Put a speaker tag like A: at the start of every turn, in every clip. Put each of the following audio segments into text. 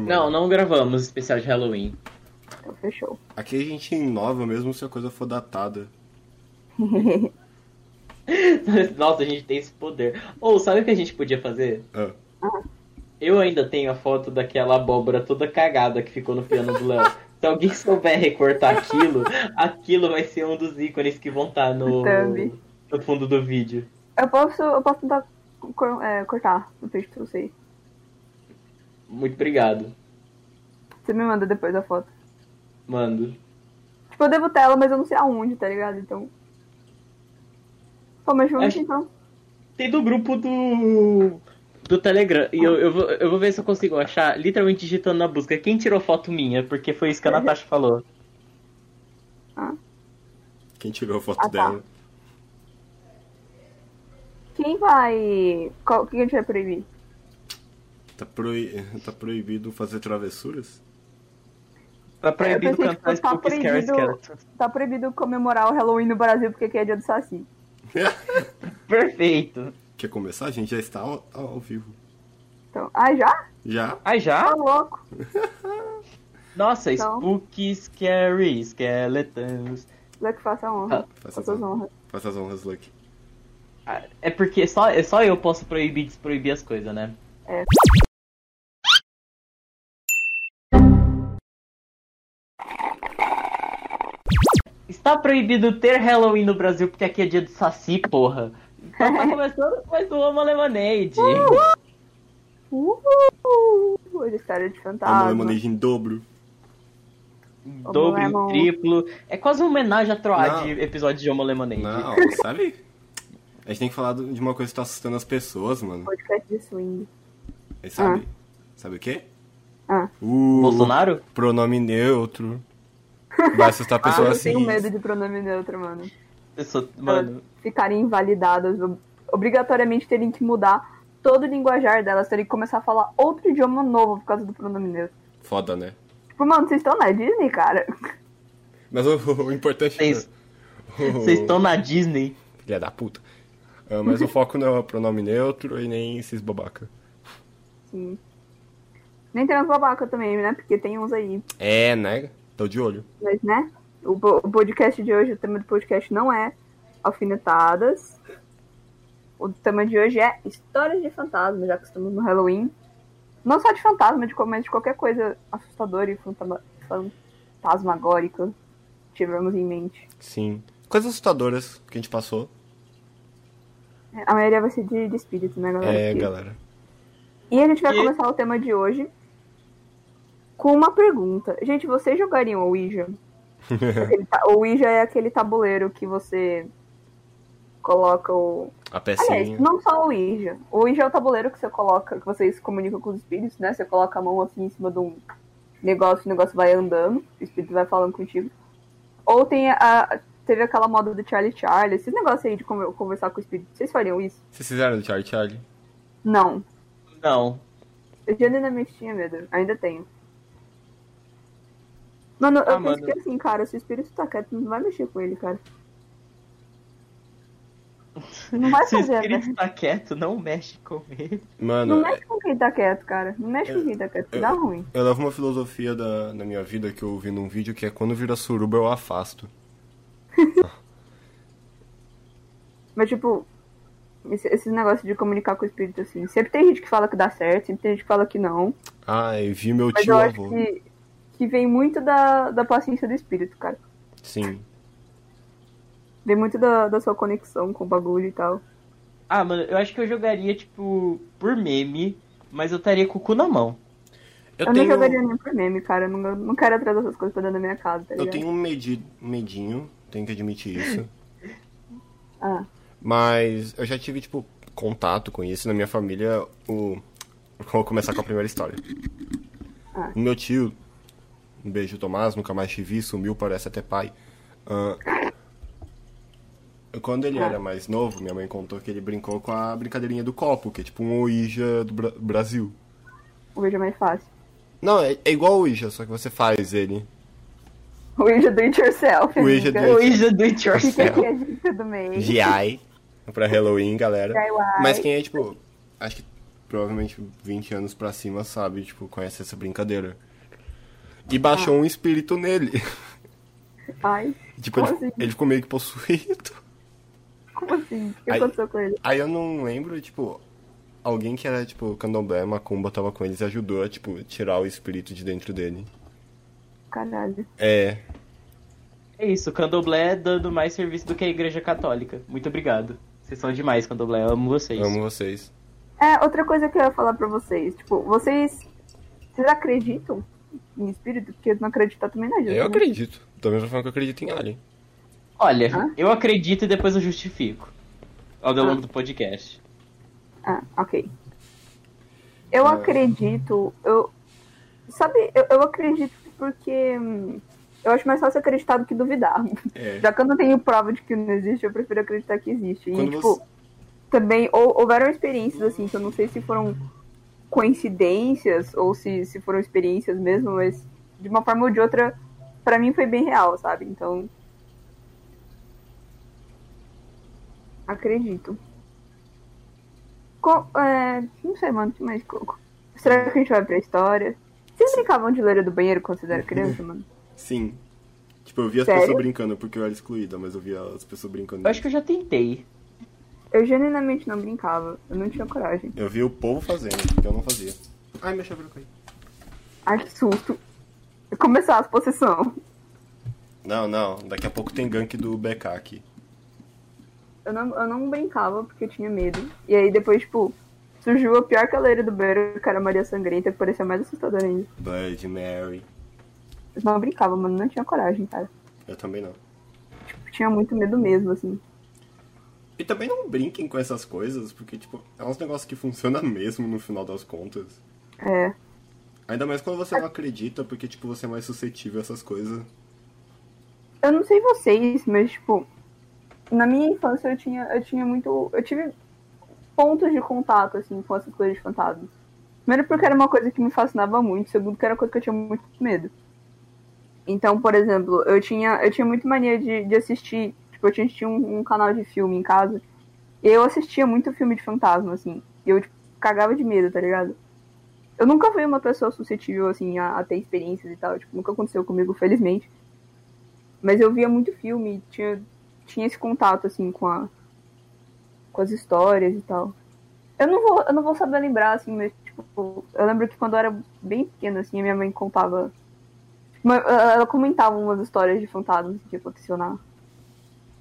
A: Não, não gravamos especial de Halloween.
B: Então fechou.
C: Aqui a gente inova mesmo se a coisa for datada.
A: Nossa, a gente tem esse poder. Ou sabe o que a gente podia fazer?
C: Ah.
A: Eu ainda tenho a foto daquela abóbora toda cagada que ficou no piano do Léo. Se alguém souber recortar aquilo, aquilo vai ser um dos ícones que vão estar no,
B: Thumb.
A: no fundo do vídeo.
B: Eu posso, eu posso tentar cor- é, cortar o vídeo pra você.
A: Muito obrigado.
B: Você me manda depois a foto.
A: Mando.
B: Tipo, eu devo tela, mas eu não sei aonde, tá ligado? Então. Pô, mas vamos
A: Acho-
B: então.
A: Tem do grupo do. Do Telegram. E eu, eu, vou, eu vou ver se eu consigo achar, literalmente digitando na busca, quem tirou foto minha, porque foi isso que a Natasha falou.
C: Quem tirou a foto
B: Ah, tá.
C: dela.
B: Quem vai. Qual... O que a gente vai proibir?
C: Tá, proi... tá proibido fazer travessuras?
A: Tá proibido
B: É, pensei,
A: cantar
B: tipo, tá
A: Spooky Scary
B: proibido-
A: Skeleton.
B: Tá proibido comemorar o Halloween no Brasil porque aqui é dia do Saci.
A: Perfeito.
C: Quer começar? A gente já está ao, ao vivo.
B: Então. Ah, já?
C: Já?
A: Ah, já?
B: Tá louco.
A: Nossa,
B: Não.
A: Spooky Scary Skeletons.
B: Luck faça a honra.
C: Faça
B: Faça
C: as
B: as honras.
C: Faz as honras, Luck.
A: Ah, É porque só, é só eu posso proibir e desproibir as coisas, né?
B: É.
A: Está proibido ter Halloween no Brasil porque aqui é dia do Saci, porra. Então tá começando mais um Uma Lemonade.
B: Uhul! Hoje é história de
C: Ah,
B: fantasma.
C: Uma manejo em dobro.
A: Dobro, em
B: Lemon.
A: triplo. É quase uma homenagem a Troá
C: Não.
A: de episódio de Uma Lemonade.
C: Não, sabe? A gente tem que falar do- de uma coisa que tá assustando as pessoas, mano.
B: Podcast de swing.
C: Aí sabe?
B: é.
C: Sabe o quê?
B: Ah.
A: Uh.
C: O
A: Bolsonaro?
C: Pronome neutro. Vai assustar a
B: Ah, Eu
C: pessoa assim.
B: tenho medo de pronome neutro, mano.
A: Pessoa- Mano,
B: Ficarem invalidadas, ob- obrigatoriamente terem que mudar todo o linguajar delas, terem que começar a falar outro idioma novo por causa do pronome neutro.
C: Foda, né?
B: Tipo, mano, vocês estão na Disney, cara?
C: Mas o, o importante é-
A: Vocês-
C: O-
A: vocês estão na Disney.
C: Filha da puta. Ah, mas o foco não é o pronome neutro e nem esses babaca.
B: Sim. Nem tem uns babaca também, né? Porque tem uns aí.
C: É, né? Tô de olho.
B: Mas, né? O, po- o podcast de hoje, o tema do podcast não é alfinetadas. O tema de hoje é histórias de fantasmas, já que estamos no Halloween. Não só de fantasma, de, co- mas de qualquer coisa assustadora e fantama- fantasmagórica tivemos em mente.
C: Sim. Coisas assustadoras que a gente passou.
B: A maioria vai ser de, de espírito, né, galera?
C: É,
B: Porque-
C: galera.
B: E a gente vai
A: E-
B: começar o tema de hoje com uma pergunta. Gente, vocês jogariam o Ouija? Aquele ta- o Ouija é aquele tabuleiro que você coloca o.
C: A
B: Aliás,
C: pecinha.
B: não só o Ouija. O Ouija é o tabuleiro que você coloca, que você se comunica com os espíritos, né? Você coloca a mão assim em cima de um negócio, o negócio vai andando, o espírito vai falando contigo. Ou tem a. Teve aquela moda do Charlie Charlie, esse negócio aí de conver- conversar com o espírito. Vocês fariam isso?
C: Vocês fizeram do Charlie Charlie?
B: Não.
A: Não.
B: Eu genuinamente tinha medo. Ainda tenho. Mano, eu
A: Ah, mano.
B: penso que assim, cara, se o espírito tá quieto, não vai mexer com ele, cara. Não vai
A: Se o
B: fazer, né?
A: espírito tá quieto, não mexe com ele.
B: Não
C: Mano,
B: mexe com quem tá quieto, cara. Não mexe
A: É,
B: com quem tá quieto, dá ruim.
C: eu levo uma filosofia da, na minha vida que eu ouvi num vídeo que é quando vira suruba eu afasto.
B: Mas, tipo, esse, esse negócio de comunicar com o espírito, assim, sempre tem gente que fala que dá certo, sempre tem gente que fala que não.
C: Ah, eu vi meu
B: Mas
C: tio
B: eu acho
C: avô.
B: que, que vem muito da, da paciência do espírito, cara.
C: Sim.
B: Vem muito da, da sua conexão com o bagulho e tal.
A: Ah, mano, eu acho que eu jogaria, tipo, por meme, mas eu estaria com o cu na mão.
C: Eu,
B: Eu,
C: tenho,
B: não jogaria nem por meme, cara. Eu não, não quero atrás dessas coisas pra dentro da minha casa, tá
C: eu
B: ligado?
C: tenho um medi- medinho, tenho que admitir isso.
B: Ah,
C: Mas eu já tive, tipo, contato com isso na minha família. O... Vou começar com a primeira história.
B: Ah.
C: O meu tio, um beijo, Tomás, nunca mais te vi, sumiu, parece até pai. Ah, Quando ele era mais novo, minha mãe contou que ele brincou com a brincadeirinha do copo, que é tipo um Ouija do Bra- Brasil.
B: o Ouija é mais fácil.
C: Não, é, é igual o Ouija, só que você faz ele.
B: O Ouija do it yourself.
C: Ouija
B: amiga.
C: do-
A: O Isa do it
B: Fica
A: yourself.
B: aqui a dica do meio.
C: GI pra Halloween, galera.
B: DIY.
C: Mas quem é, tipo, acho que provavelmente 20 anos pra cima sabe, tipo, conhece essa brincadeira. E baixou um espírito nele.
B: Ai,
C: tipo,
B: como
C: ele,
B: assim?
C: ele ficou meio que possuído.
B: Como assim? O que
C: Ai.
B: aconteceu com ele?
C: Aí eu não lembro, tipo, alguém que era, tipo, candomblé, macumba, tava com eles e ajudou a, tipo, tirar o espírito de dentro dele.
B: Caralho.
C: É,
A: É isso, Candomblé dando mais serviço do que a Igreja Católica. Muito obrigado. Vocês são demais, Candomblé. Eu amo vocês.
C: amo vocês.
B: É, outra coisa que eu ia falar pra vocês. Tipo, vocês. Vocês acreditam em espírito? Porque não acreditar também não adianta.
C: Eu
B: né?
C: acredito. Da mesma forma que eu acredito em Alien.
A: Olha,
B: Hã?
A: eu acredito e depois eu justifico. Ao
B: Ah.
A: longo do podcast.
B: Ah, ok. Eu
C: É.
B: acredito. Eu. Sabe, eu, eu acredito porque. hum, Eu acho mais fácil acreditar do que duvidar.
C: É.
B: Já que eu não tenho prova de que não existe, eu prefiro acreditar que existe. E,
C: Quando
B: tipo,
C: você-
B: também ou, houveram experiências, assim, que eu não sei se foram coincidências ou se, se foram experiências mesmo, mas de uma forma ou de outra, pra mim foi bem real, sabe? Então. Acredito. Co- é, não sei, mano, que mais. co- co- Será que a gente vai pra história? Vocês brincavam de loira do banheiro quando vocês eram criança, mano?
C: Sim. Tipo, eu via as
B: Sério?
C: pessoas brincando porque eu era excluída, mas eu via as pessoas brincando.
A: Eu acho que eu já tentei.
B: Eu genuinamente não brincava. Eu não tinha coragem.
C: Eu via o povo fazendo, porque eu não fazia. Ai, minha chave caiu.
B: Ai, que susto. Começar as possessão.
C: Não, não. Daqui a pouco tem gank do BK aqui.
B: Eu não, eu não brincava porque eu tinha medo. E aí depois, tipo, surgiu a pior caloeira do banheiro, que era a Maria Sangrenta, que parecia mais assustadora ainda.
C: Blood Mary.
B: Eu não brincava, mano. Não tinha coragem, cara.
C: Eu também não.
B: Eu tinha muito medo mesmo, assim.
C: E também não brinquem com essas coisas, porque, tipo, é uns negócios que funciona mesmo no final das contas.
B: É.
C: Ainda mais quando você não acredita, porque, tipo, você é mais suscetível a essas coisas.
B: Eu não sei vocês, mas, tipo, na minha infância eu tinha, eu tinha muito. Eu tive pontos de contato, assim, com essas coisas de fantasmas. Primeiro porque era uma coisa que me fascinava muito, segundo que era uma coisa que eu tinha muito medo. Então, por exemplo, eu tinha, eu tinha muito mania de, de assistir. Tipo, eu tinha, tinha um, um canal de filme em casa. E eu assistia muito filme de fantasma, assim. E eu, tipo, cagava de medo, tá ligado? Eu nunca fui uma pessoa suscetível, assim, a, a ter experiências e tal. Tipo, nunca aconteceu comigo, felizmente. Mas eu via muito filme, tinha, tinha esse contato, assim, com, a, com as histórias e tal. Eu não vou, eu não vou saber lembrar, assim, mas, tipo, eu lembro que quando eu era bem pequena, assim, a minha mãe contava. uma- Ela ela comentava umas histórias de fantasmas que aconteciam na.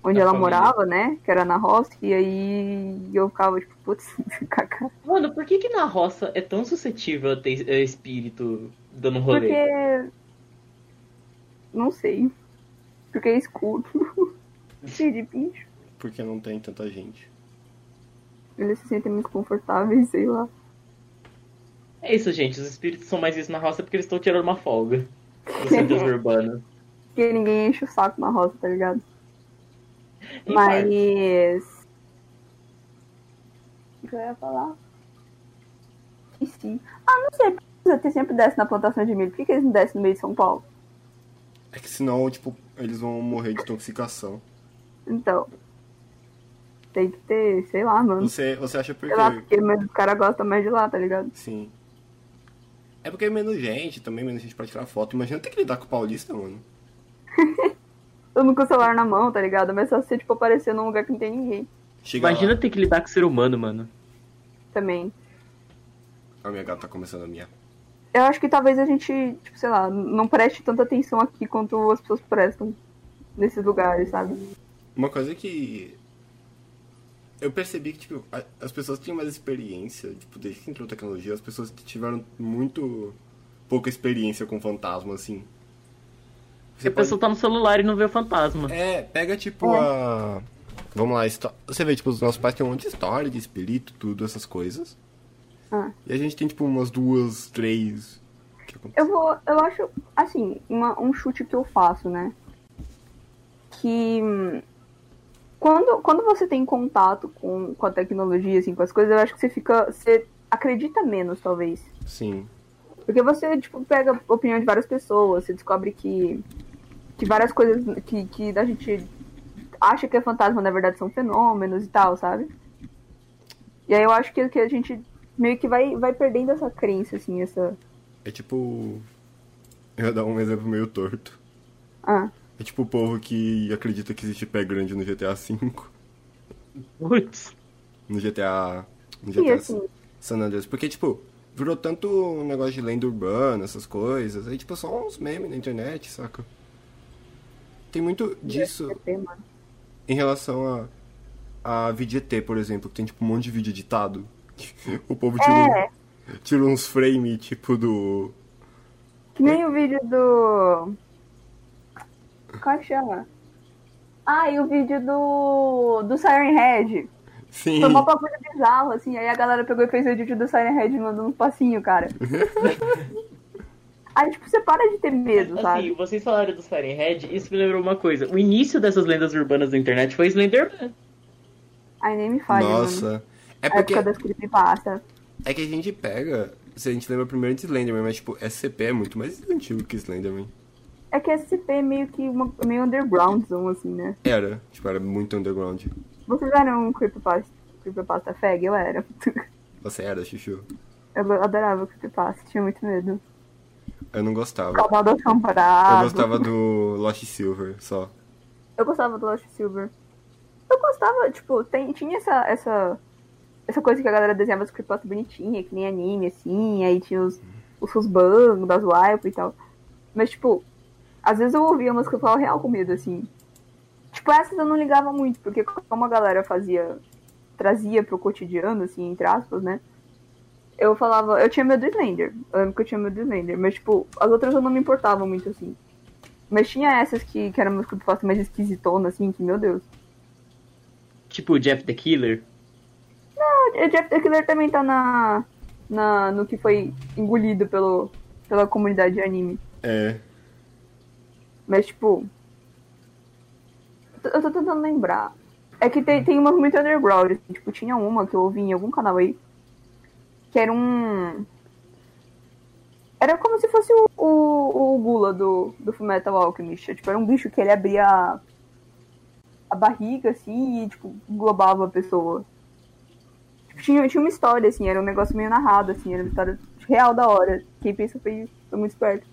B: Onde
A: Na
B: ela
A: família.
B: morava, né? Que era na roça, e aí eu ficava, tipo, putz, cacá.
A: Mano, por que que na roça é tão suscetível a ter eh, espírito dando rolê?
B: Porque. Não sei. Porque é escuro. Cheio de bicho.
C: Porque não tem tanta gente.
B: Eles se sentem muito confortáveis, sei lá.
A: É isso, gente. Os espíritos são mais vistos na roça porque eles estão tirando uma folga dos centros urbanos.
B: Porque ninguém enche o saco na roça, tá ligado?
A: Em parte.
B: Mas. O que eu ia falar? E sim. Ah, não sei. Precisa ter sempre desce na plantação de milho. Por que, que eles não descem no meio de São Paulo?
C: É que senão, tipo, eles vão morrer de intoxicação.
B: Então. Tem que ter, sei lá, mano.
C: Você, você acha por
B: Sei lá,
C: quê?
B: porque mas o cara gosta mais de lá, tá ligado?
C: Sim. É porque é menos gente, também menos gente pra tirar foto. Imagina ter que lidar com o paulista, mano.
B: Todo mundo com o celular na mão, tá ligado? Mas só se, tipo, aparecer num lugar que não tem ninguém
C: Chega
A: Imagina
C: lá.
A: ter que lidar com ser humano, mano.
B: também.
C: A minha gata tá começando a miar.
B: Eu acho que talvez a gente, tipo, sei lá, não preste tanta atenção aqui quanto as pessoas prestam nesses lugares, sabe?
C: Uma coisa que eu percebi que tipo, a- as pessoas tinham mais experiência, tipo, desde que entrou tecnologia, as pessoas tiveram muito pouca experiência com fantasma, assim.
A: Porque a pessoa tá no celular e não vê o fantasma.
C: É, pega tipo a. Vamos lá, histó- você vê, tipo, os nossos pais têm um monte de história, de espírito, tudo, essas coisas.
B: Ah.
C: E a gente tem, tipo, umas duas, três. que acontece.
B: Eu vou, eu acho, assim, uma- um chute que eu faço, né? Que hum, quando, quando você tem contato com, com a tecnologia, assim, com as coisas, eu acho que você fica, você acredita menos, talvez.
C: Sim.
B: Porque você, tipo, pega a opinião de várias pessoas, você descobre que, que várias coisas que, que a gente acha que é fantasma, na verdade, são fenômenos e tal, sabe? E aí eu acho que, que a gente meio que vai, vai perdendo essa crença, assim, essa.
C: É tipo. Eu ia dar um exemplo meio torto.
B: Ah.
C: É tipo o povo que acredita que existe pé grande no GTA V.
A: Putz.
C: No GTA. No
B: E
C: GTA
B: assim,
C: San Andreas. Porque, tipo, virou tanto um negócio de lenda urbana, essas coisas. Aí, tipo, só uns memes na internet, saca? Tem muito disso
B: é tema.
C: em relação a, a vídeo ET, por exemplo, que tem, tipo, um monte de vídeo editado. O povo tira, um-
B: É,
C: tira uns frames, tipo, do.
B: que nem o vídeo do. Qual é que chama? Ah, e o vídeo do. do Siren Head.
C: Sim.
B: Foi uma bagulho bizarro, assim. Aí a galera pegou e fez o vídeo do Siren Head mandando um passinho, cara. aí, tipo, você para de ter medo,
A: Assim,
B: sabe?
A: vocês falaram do Siren Head, isso me lembrou uma coisa. O início dessas lendas urbanas da internet foi Slenderman.
B: Aí nem me fale, mano.
C: Nossa. É
B: né? A
C: porque.
B: época das creepypasta.
C: É que a gente pega. Se a gente lembra primeiro de Slenderman, mas, tipo, SCP é muito mais antigo que Slenderman.
B: É que SCP é meio que uma, meio undergroundzão, assim, né?
C: Era. Tipo, era muito underground.
B: Vocês eram um creepypasta, creepypasta fag? Eu era.
C: Você era, Chuchu?
B: Eu adorava creepypasta, tinha muito medo.
C: Eu não gostava.
B: Canal do
C: Eu
B: Assombrado.
C: gostava do Lost Silver só.
B: Eu gostava do Lost Silver. Eu gostava, tipo, tem- tinha essa, essa, essa coisa que a galera desenhava as creepypastas bonitinha, que nem anime, assim, aí tinha os, os Fusbang, das Wipe e tal. Mas, tipo, às vezes eu ouvia umas que eu falava real com medo, assim. Tipo, essas eu não ligava muito, porque como a galera fazia, trazia pro cotidiano, assim, entre aspas, né? Eu falava, eu tinha medo do Slender. Eu lembro que eu tinha medo do Slender, mas, tipo, as outras eu não me importava muito, assim. Mas tinha essas que, que eram umas creepypastas mais esquisitonas, assim, que, meu Deus.
A: Tipo o Jeff the Killer.
B: O o Jeff the Killer também tá na, na, no que foi engolido pelo, pela comunidade de anime.
C: É.
B: Mas, tipo... t- Eu tô tentando lembrar. É que tem, tem umas muito underground, assim, Tipo, tinha uma que eu ouvi em algum canal aí, que era um... Era como se fosse o, o, o Gula do, do Fullmetal Alchemist. Tipo, era um bicho que ele abria a, a barriga, assim, e, tipo, englobava a pessoa. Tipo, tinha, tinha uma história, assim, era um negócio meio narrado, assim, era uma história real da hora. Quem pensa foi, foi muito esperto.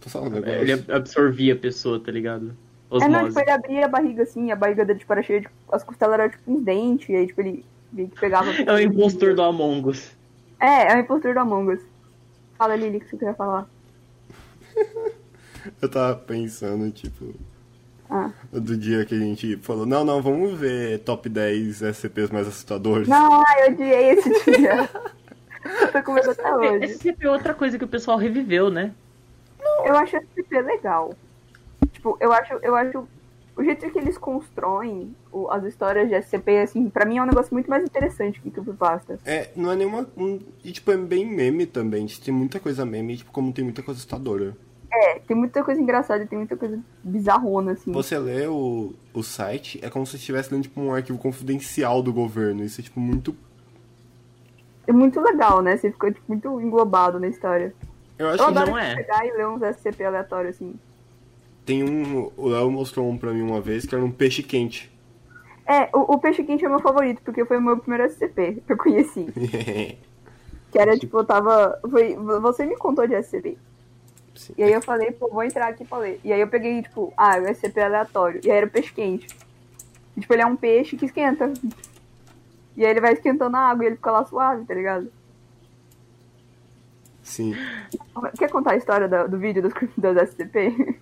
C: Tô só um negócio.
A: É, Ele ab- absorvia a pessoa, tá ligado?
B: É, não,
A: Osmose.
B: tipo, ele abria a barriga assim, a barriga dele tipo, era cheia de. As costelas eram tipo uns dentes, e aí tipo, ele meio que pegava. assim,
A: É o impostor do Among Us.
B: É, é o impostor do Among Us. Fala, Lili, o que você queria falar.
C: Eu tava pensando, tipo,
B: Ah.
C: do dia que a gente falou, não, não, vamos ver top 10 SCPs mais assustadores.
B: Não, ai, eu odiei esse dia. eu tô com medo até hoje.
A: SCP é outra coisa que o pessoal reviveu, né?
B: Eu acho esse CP legal. Tipo, eu acho, eu acho. O jeito que eles constroem o- as histórias de SCP, assim, pra mim é um negócio muito mais interessante que Creepypasta.
C: É, não é nenhuma. um- e tipo, é bem meme também. tipo, Tem muita coisa meme, tipo, como tem muita coisa assustadora.
B: É, tem muita coisa engraçada, tem muita coisa bizarrona, assim.
C: Você lê o, o site, é como se você estivesse lendo tipo, um arquivo confidencial do governo. Isso é tipo muito.
B: É muito legal, né? Você ficou tipo, muito englobado na história.
C: Eu
B: Eu
C: acho que
B: adoro
A: não é.
B: pegar e ler uns SCP aleatórios, assim.
C: tem um. O Léo mostrou um pra mim uma vez que era um peixe quente.
B: É, o, o Peixe Quente é meu favorito, porque foi o meu primeiro SCP que eu conheci. Que era, tipo, eu tava... Foi, você me contou de SCP.
C: Sim.
B: E aí eu falei, pô, vou entrar aqui pra ler. E aí eu peguei, tipo, ah, o SCP aleatório. E aí era o Peixe Quente. E, tipo, ele é um peixe que esquenta. E aí ele vai esquentando a água e ele fica lá suave, tá ligado?
C: Sim.
B: Quer contar a história da- do, vídeo dos, dos SCP?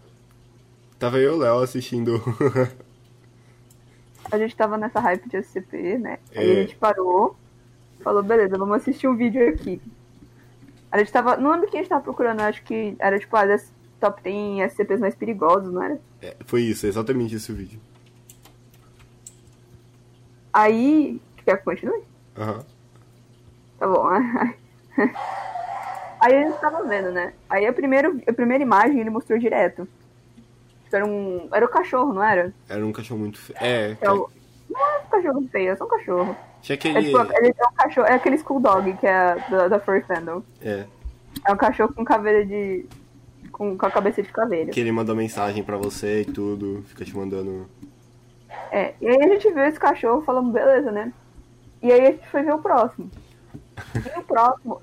C: Tava eu e o Léo assistindo.
B: a gente tava nessa hype de SCP, né? Aí
C: É.
B: a gente parou, falou, beleza, vamos assistir um vídeo aqui. A gente tava. Não lembro o que a gente tava procurando, eu acho que era tipo, ah, das top 10 SCPs mais perigosos, não era?
C: É, foi isso, é exatamente esse o vídeo.
B: Aí. Quer que continue?
C: Aham.
B: Tá bom. Aí a gente tava vendo, né? Aí a primeira, a primeira imagem ele mostrou direto. Era um. Era o cachorro, não era?
C: Era um cachorro muito feio. É,
B: É o- Não é um cachorro feio, é só um cachorro.
C: tinha
B: É
C: aquele.
B: tipo, ele é um cachorro. É aquele school dog que é da, da Furry Fandom.
C: É,
B: É um cachorro com caveira de. Com, com a cabeça de caveira.
C: que ele mandou mensagem pra você e tudo, fica te mandando.
B: É, e aí a gente viu esse cachorro falando, beleza, né? E aí a gente foi ver o próximo. E o próximo.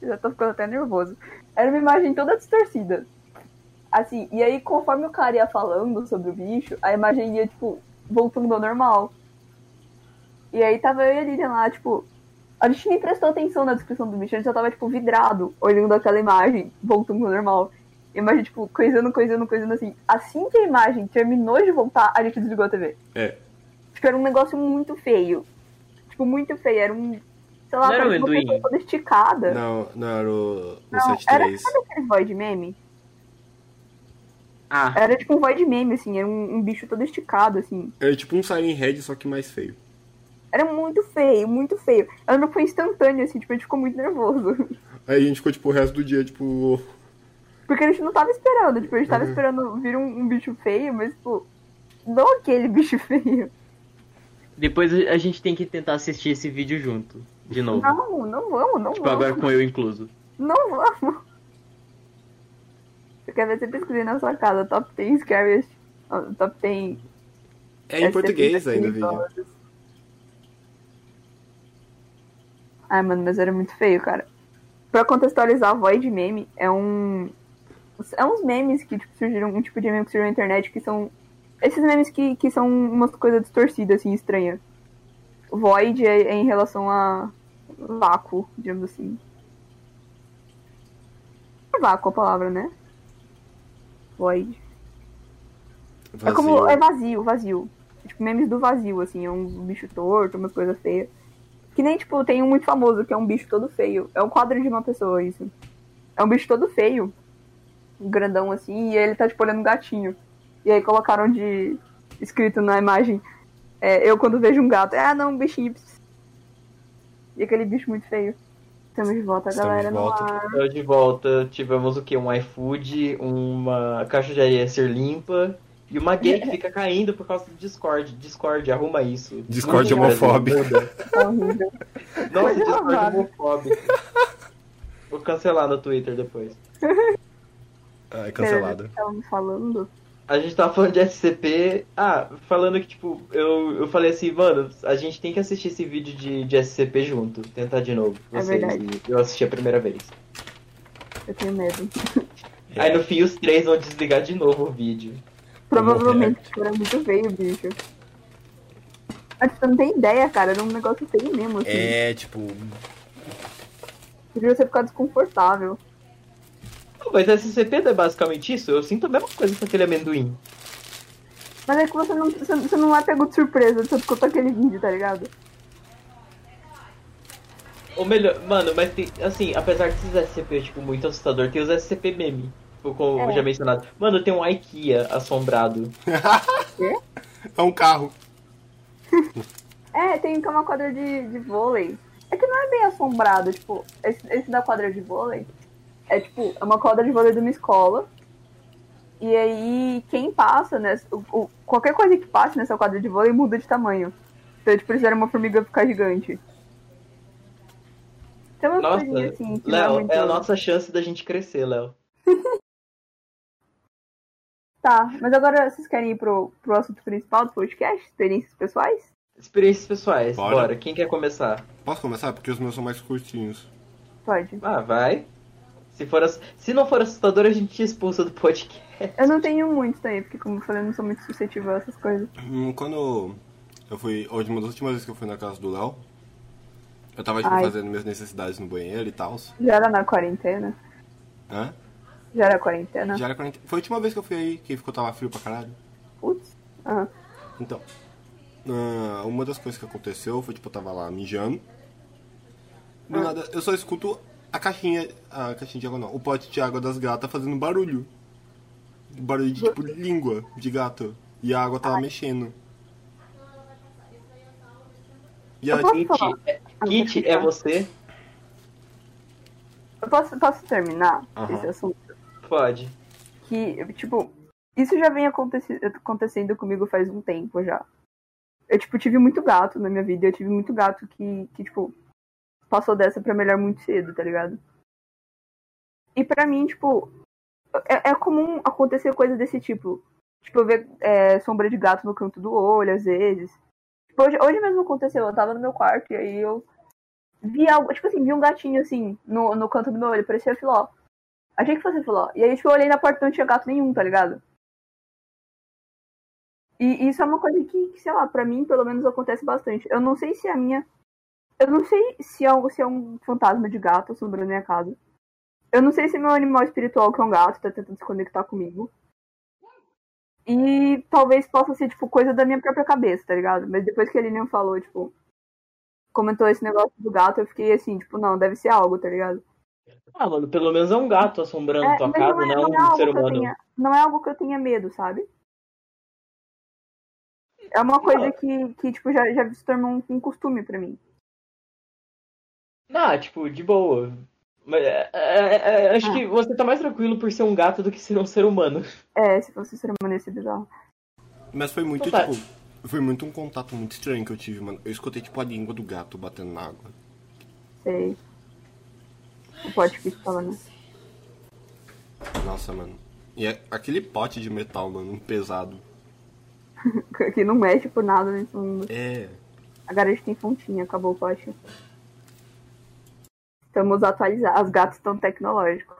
B: Eu Já tô ficando até nervoso. Era uma imagem toda distorcida. Assim, e aí conforme o cara ia falando sobre o bicho, a imagem ia, tipo, voltando ao normal. E aí tava eu e a Lilian lá, tipo. A gente nem prestou atenção na descrição do bicho, a gente só tava, tipo, vidrado, olhando aquela imagem, voltando ao normal. E a Imagem, tipo, coisando, coisando, coisando assim. Assim que a imagem terminou de voltar, a gente desligou a TV.
C: É.
B: Tipo, era um negócio muito feio. Tipo, muito feio. Era um. Sei lá,
A: Não era
B: parecia uma
A: amendoim?
B: pessoa toda esticada.
C: Não, não era o, o
B: É. Não, era
C: 73.
B: sabe aquele void meme?
A: Ah,
B: Era tipo um void meme, assim, era um, um bicho todo esticado, assim.
C: Era tipo um Siren Head, só que mais feio.
B: Era muito feio, muito feio. Ela não foi instantânea, assim, tipo, a gente ficou muito nervoso.
C: Aí a gente ficou, tipo, o resto do dia, tipo...
B: Porque a gente não tava esperando, tipo, a gente
A: Uhum.
B: tava esperando vir um, um bicho feio, mas, tipo, não aquele bicho feio.
A: depois a gente tem que tentar assistir esse vídeo junto. De novo.
B: Não, não vamos, não
A: tipo, agora
B: vamos.
A: com eu incluso.
B: Não vamos. Eu quero ver você pesquisando na sua casa, top 10 scariest. ah, Top 10.
C: É em português
B: assim,
C: ainda, vídeo.
B: vídeo. Ai, mano, mas era muito feio, cara. Pra contextualizar, Void Meme é um. É uns memes que tipo, surgiram, um tipo de meme que surgiu na internet que são. Esses memes que, que são umas coisas distorcidas, assim, estranha. Void é, é em relação a vácuo, digamos assim. É vácuo a palavra, né? Void. É como é vazio,
C: Vazio.
B: vazio. Tipo, memes do vazio, assim, é uns bicho torto, umas coisas feias. Que nem, tipo, tem um muito famoso, que é um bicho todo feio. É um quadro de uma pessoa, isso. É um bicho todo feio. um Grandão assim, e ele tá, tipo, olhando um gatinho. E aí colocaram de. escrito na imagem. é, eu quando vejo um gato, ah não, um bichinho. pss." E aquele bicho muito feio. Estamos de volta,
C: Estamos
B: galera.
C: de
B: no
C: volta.
B: ar.
A: Então, de volta, tivemos o que? Um iFood, uma caixa de areia ser limpa e uma gay que fica caindo por causa do Discord. Discord, arruma isso.
C: Discord
A: Muda,
C: homofóbico.
A: muda.
B: Tá horrível.
A: Nossa,
B: Coisa
A: Discord
B: errada.
A: homofóbico. Vou cancelar no Twitter depois.
C: Ah, é cancelado.
B: Estavam falando.
A: A gente tava falando de SCP. Ah, falando que, tipo, eu, eu falei assim, mano, a gente tem que assistir esse vídeo de, de SCP junto. Tentar de novo.
B: É
A: Vocês.
B: verdade.
A: Eu assisti a primeira vez.
B: Eu tenho medo.
C: É.
A: Aí no fim os três vão desligar de novo o vídeo.
B: Provavelmente era muito feio, bicho. Mas você não tem ideia, cara. Era um negócio feio mesmo, assim.
C: É, tipo...
B: Podia você ficar desconfortável.
A: Não, mas SCP não é basicamente isso? Eu sinto a mesma coisa com aquele amendoim.
B: Mas é que você não, você, você não é pego de surpresa, você ficou com aquele vídeo, tá ligado?
A: Ou melhor, mano, mas tem, assim, apesar desses SCP, tipo, muito assustador, tem os SCP meme. tipo, Como
B: É.
A: já mencionado. Mano, tem um IKEA assombrado.
C: É um carro.
B: É, tem que é uma quadra de, de vôlei. É que não é bem assombrado, tipo, esse, esse da quadra de vôlei é tipo, é uma quadra de vôlei de uma escola. E aí, quem passa, né? o- o- qualquer coisa que passe nessa quadra de vôlei muda de tamanho. Então, tipo, eles fizeram uma formiga ficar gigante. Tem uma
A: Nossa,
B: coisinha assim que não é
A: Léo,
B: muito-
A: é a nossa chance da gente crescer, Léo.
B: Tá, mas agora vocês querem ir pro, pro assunto principal do podcast? Experiências pessoais?
A: Experiências pessoais,
C: Bora.
A: bora. Quem quer começar?
C: Posso começar? Porque os meus são mais curtinhos.
B: Pode.
A: Ah, vai. Se, for ass- Se não for assustador, a gente te expulsa do podcast.
B: Eu não tenho muitos também, porque como eu falei, eu não sou muito suscetível a essas coisas.
C: Hum, Quando eu fui... Uma das últimas vezes que eu fui na casa do Léo, eu tava, tipo,
B: Ai.
C: fazendo minhas necessidades no banheiro e tal.
B: Já era na quarentena?
C: Hã?
B: Ah. Já era quarentena?
C: Já era 40... Foi a última vez que eu fui aí, que ficou tava frio pra caralho.
B: Putz. Aham.
C: Então, ah, uma das coisas que aconteceu foi, tipo, eu tava lá mijando. Do
B: Ah.
C: nada, eu só escuto a caixinha, a caixinha de água não, o pote de água das gatas fazendo barulho. Barulho de, tipo, língua de gato. E a água tava mexendo. E
B: Eu
C: ela,
B: posso
A: Kit,
B: falar?
A: é-
B: Ah,
A: Kit,
B: deixa eu
A: é
B: falar.
A: você?
B: Eu posso, posso terminar
C: Aham.
B: esse assunto?
A: Pode.
B: Que, tipo, isso já vem aconteci- acontecendo comigo faz um tempo já. Eu, tipo, tive muito gato na minha vida. Eu tive muito gato que, que tipo, passou dessa pra melhor muito cedo, tá ligado? E pra mim, tipo, é, é comum acontecer coisa desse tipo. Tipo, eu ver é, sombra de gato no canto do olho, às vezes. Tipo, hoje, hoje mesmo aconteceu, eu tava no meu quarto e aí eu vi algo, tipo assim, vi um gatinho assim no, no canto do meu olho, parecia filó. Achei que fosse filó. E aí, tipo, eu olhei na porta e não tinha gato nenhum, tá ligado? E isso é uma coisa que, que, sei lá, pra mim, pelo menos, acontece bastante. Eu não sei se a minha. Eu não sei se é, um, se é um fantasma de gato assombrando minha casa. Eu não sei se meu animal espiritual, que é um gato, tá tentando se conectar comigo. E talvez possa ser, tipo, coisa da minha própria cabeça, tá ligado? Mas depois que a Lilian falou, tipo, comentou esse negócio do gato, eu fiquei assim, tipo, não, deve ser algo, tá ligado?
A: Ah, mano, pelo menos é um gato assombrando
B: É,
A: tua
B: mas
A: casa,
B: não é-
A: não,
B: não é
A: é um
B: algo
A: ser
B: que eu
A: humano.
B: tenha- Não é algo que eu tenha medo, sabe? É uma coisa
A: Não.
B: que, que tipo, já, já se tornou um, um costume pra mim.
A: Não, tipo, de boa. Mas, é, é, é, acho
B: Ah.
A: que você tá mais tranquilo por ser um gato do que ser um ser humano.
B: É, se fosse ser humano ia ser bizarro.
C: Mas foi muito,
A: Tá.
C: tipo. Foi muito um contato muito estranho que eu tive, mano. Eu escutei, tipo, a língua do gato batendo na água.
B: Sei. O pote que estava, né?
C: Nossa, mano. E é aquele pote de metal, mano, um pesado.
B: Que não mexe por nada nesse mundo.
C: É.
B: Agora a gente tem fontinha, acabou o pote. Estamos atualizados. As gatos estão tecnológicos.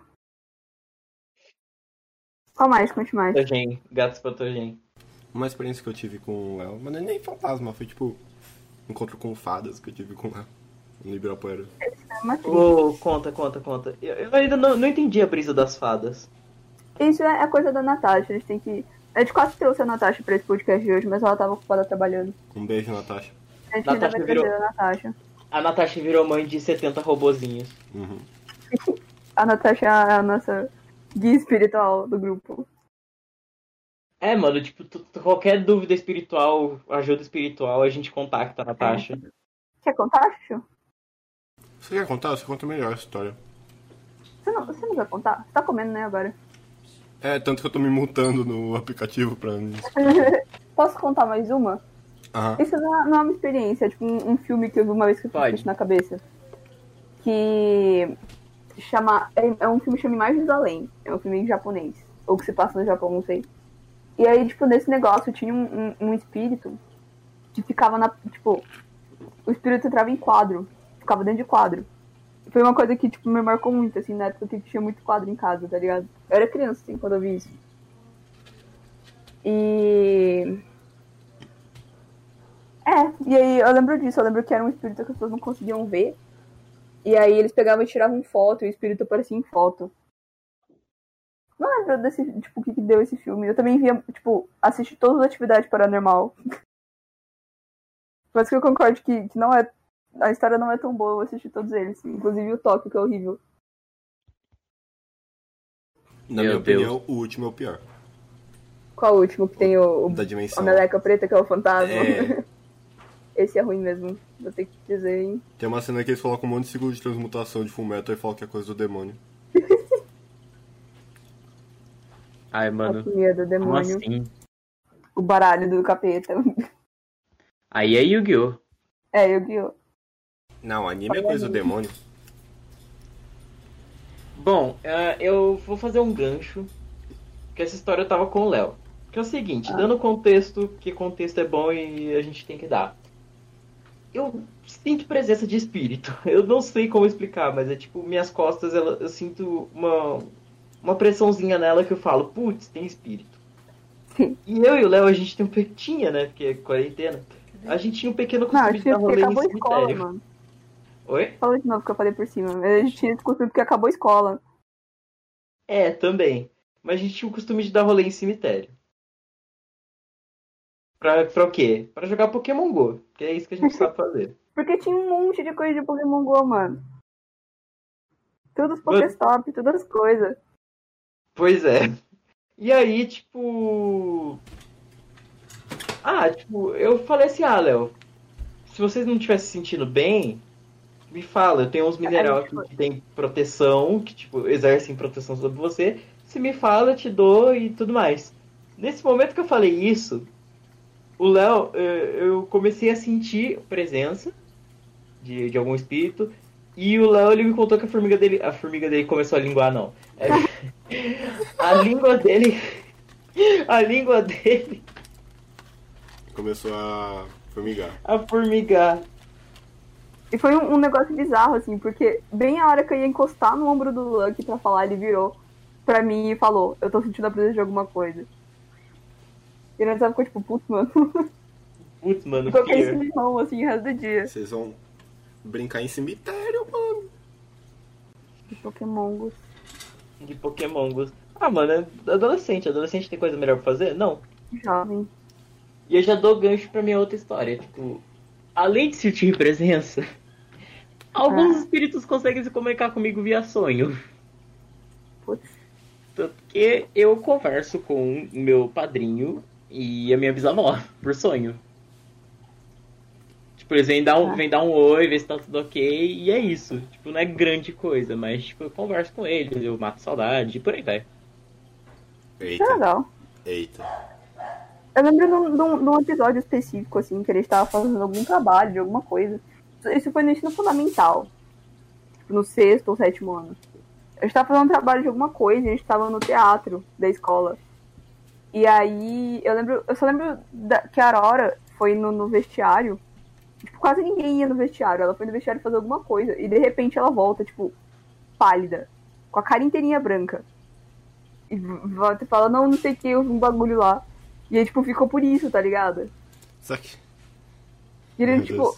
B: Qual mais? Conte mais.
A: Patogen, gatos patogen.
C: Uma experiência que eu tive com o Léo, mas não é nem fantasma, foi tipo. Encontro com fadas que eu tive com o Léo. No Ibirapuera.
B: É uma atriz.
A: Ô, conta, conta, conta. Eu, eu ainda não, não entendi a brisa das fadas.
B: Isso é a coisa da Natasha. A gente tem que. A gente quase trouxe a Natasha pra esse podcast de hoje, mas ela tava ocupada trabalhando.
C: Um beijo, Natasha.
B: A gente ainda
A: Natasha
B: vai trazer
A: virou-
B: a Natasha.
A: A Natasha virou mãe de 70 robozinhos.
C: Uhum.
B: A Natasha é a nossa guia espiritual do grupo.
A: É, mano, tipo, tu- tu- qualquer dúvida espiritual, ajuda espiritual, a gente contacta a Natasha.
B: Quer contar, Chuchu?
C: Você quer contar? Você conta melhor a história.
B: Você não, você não vai contar? Você tá comendo, né, agora?
C: É, tanto que eu tô me multando no aplicativo pra. mim.
B: Posso contar mais uma?
C: Aham.
B: Isso não é, não é uma experiência, é tipo um, um filme que eu vi uma vez que eu fiz
A: Pode.
B: isso na cabeça. Que chama. É, é um filme que chama Imagens do Além. É um filme em japonês. Ou que se passa no Japão, não sei. E aí, tipo, nesse negócio tinha um, um, um espírito que ficava na. Tipo, o espírito entrava em quadro. Ficava dentro de quadro. Foi uma coisa que, tipo, me marcou muito, assim, na época que tinha muito quadro em casa, tá ligado? Eu era criança, assim, quando eu vi isso. E. É, e aí eu lembro disso, eu lembro que era um espírito que as pessoas não conseguiam ver. E aí eles pegavam e tiravam foto, e o espírito aparecia em foto. Não lembro desse, tipo, o que, que deu esse filme. Eu também via, tipo, assisti todas as atividades paranormal. Mas que eu concordo que, que não é. A história não é tão boa, eu assisti todos eles, inclusive o Tóquio, que é horrível.
C: Na
A: Meu
C: minha
A: Deus.
C: opinião, o último é o pior.
B: Qual o último que tem o, o
C: Da
B: a
C: dimensão.
A: um-
B: meleca preta, que é o fantasma?
C: É.
B: Esse é ruim mesmo, vou ter que dizer, hein?
C: Tem uma cena que eles colocam um monte de ciclo de transmutação de fullmetal e falam que é coisa do demônio.
A: Ai, mano,
B: Que medo,
A: como
B: demônio.
A: assim?
B: O baralho do capeta.
A: Aí é Yu-Gi-Oh!
B: É, Yu-Gi-Oh!
C: Não, anime é coisa do demônio.
A: Bom, eh, eu vou fazer um gancho, que essa história eu tava com o Léo. Que é o seguinte, dando contexto, que contexto é bom e a gente tem que dar. Eu sinto presença de espírito. Eu não sei como explicar, mas é tipo, minhas costas, ela- eu sinto uma, uma pressãozinha nela que eu falo, putz, tem espírito.
B: Sim.
A: E eu e o Léo, a gente tem um pe- tinha, né, porque é quarentena, a gente tinha um pequeno
B: Não,
A: costume
B: acho
A: de
B: que
A: dar rolê
B: acabou
A: em
B: a escola,
A: cemitério.
B: mano.
A: Oi?
B: Fala de novo que eu falei por cima. A gente tinha discutido porque acabou a escola.
A: É, também. Mas a gente tinha o costume de dar rolê em cemitério. Pra, pra o quê? Pra jogar Pokémon GO. Que é isso que a gente sabe fazer.
B: Porque tinha um monte de coisa de Pokémon GO, mano. Todos os
A: Mano.
B: Pokéstop, todas as coisas.
A: Pois é. E aí, tipo. Ah, tipo, eu falei assim, ah, Léo, se vocês não estiverem se sentindo bem, me fala, eu tenho uns mineral aqui que tem proteção, que, tipo, exercem proteção sobre você. Se me fala, eu te dou e tudo mais. Nesse momento que eu falei isso, o Léo, eh, eu comecei a sentir presença de, de algum espírito. E o Léo, ele me contou que a formiga dele. A formiga dele começou a linguar, não. É- a língua dele. A língua dele
C: Começou a formigar.
A: a formigar.
B: E foi um, um negócio bizarro, assim, porque bem a hora que eu ia encostar no ombro do Lucky pra falar, ele virou pra mim e falou, eu tô sentindo a presença de alguma coisa. E nós ficou tipo, putz, mano.
A: Putz, mano,
B: Ficou com esse
A: fear.
B: limão, assim, o resto do dia.
C: Vocês vão brincar em cemitério, mano.
B: De Pokémon Go.
A: de Pokémon. Gus. Ah, mano, é adolescente. Adolescente tem coisa melhor pra fazer? Não.
B: Jovem.
A: E eu já dou gancho pra minha outra história. Tipo, além de sentir presença, alguns
B: Ah.
A: espíritos conseguem se comunicar comigo via sonho.
B: Putz.
A: Tanto que eu converso com o meu padrinho e a minha bisavó por sonho. Tipo, eles vêm dar, um,
B: Ah.
A: vêm dar um oi, ver se tá tudo ok, e é isso. Tipo, não é grande coisa, mas tipo, eu converso com eles, eu mato saudade, e por aí vai.
B: Que
C: Eita,
B: é legal.
C: eita.
B: Eu lembro de um, de um- de um episódio específico, assim, que ele estava fazendo algum trabalho, de alguma coisa. Isso- Isso foi no ensino fundamental. Tipo, no sexto ou sétimo ano. Eu estava fazendo um trabalho de alguma coisa, e a gente estava no teatro da escola. E aí, eu lembro, eu só lembro da- que a Aurora foi no, no vestiário. Tipo, quase ninguém ia no vestiário. Ela foi no vestiário fazer alguma coisa. E de repente ela volta, tipo, pálida. Com a cara inteirinha branca. E v- volta e fala, não, não sei o que, houve um bagulho lá. E aí, tipo, ficou por isso, tá ligado?
C: Só que.
B: E ele,
C: Meu
B: tipo,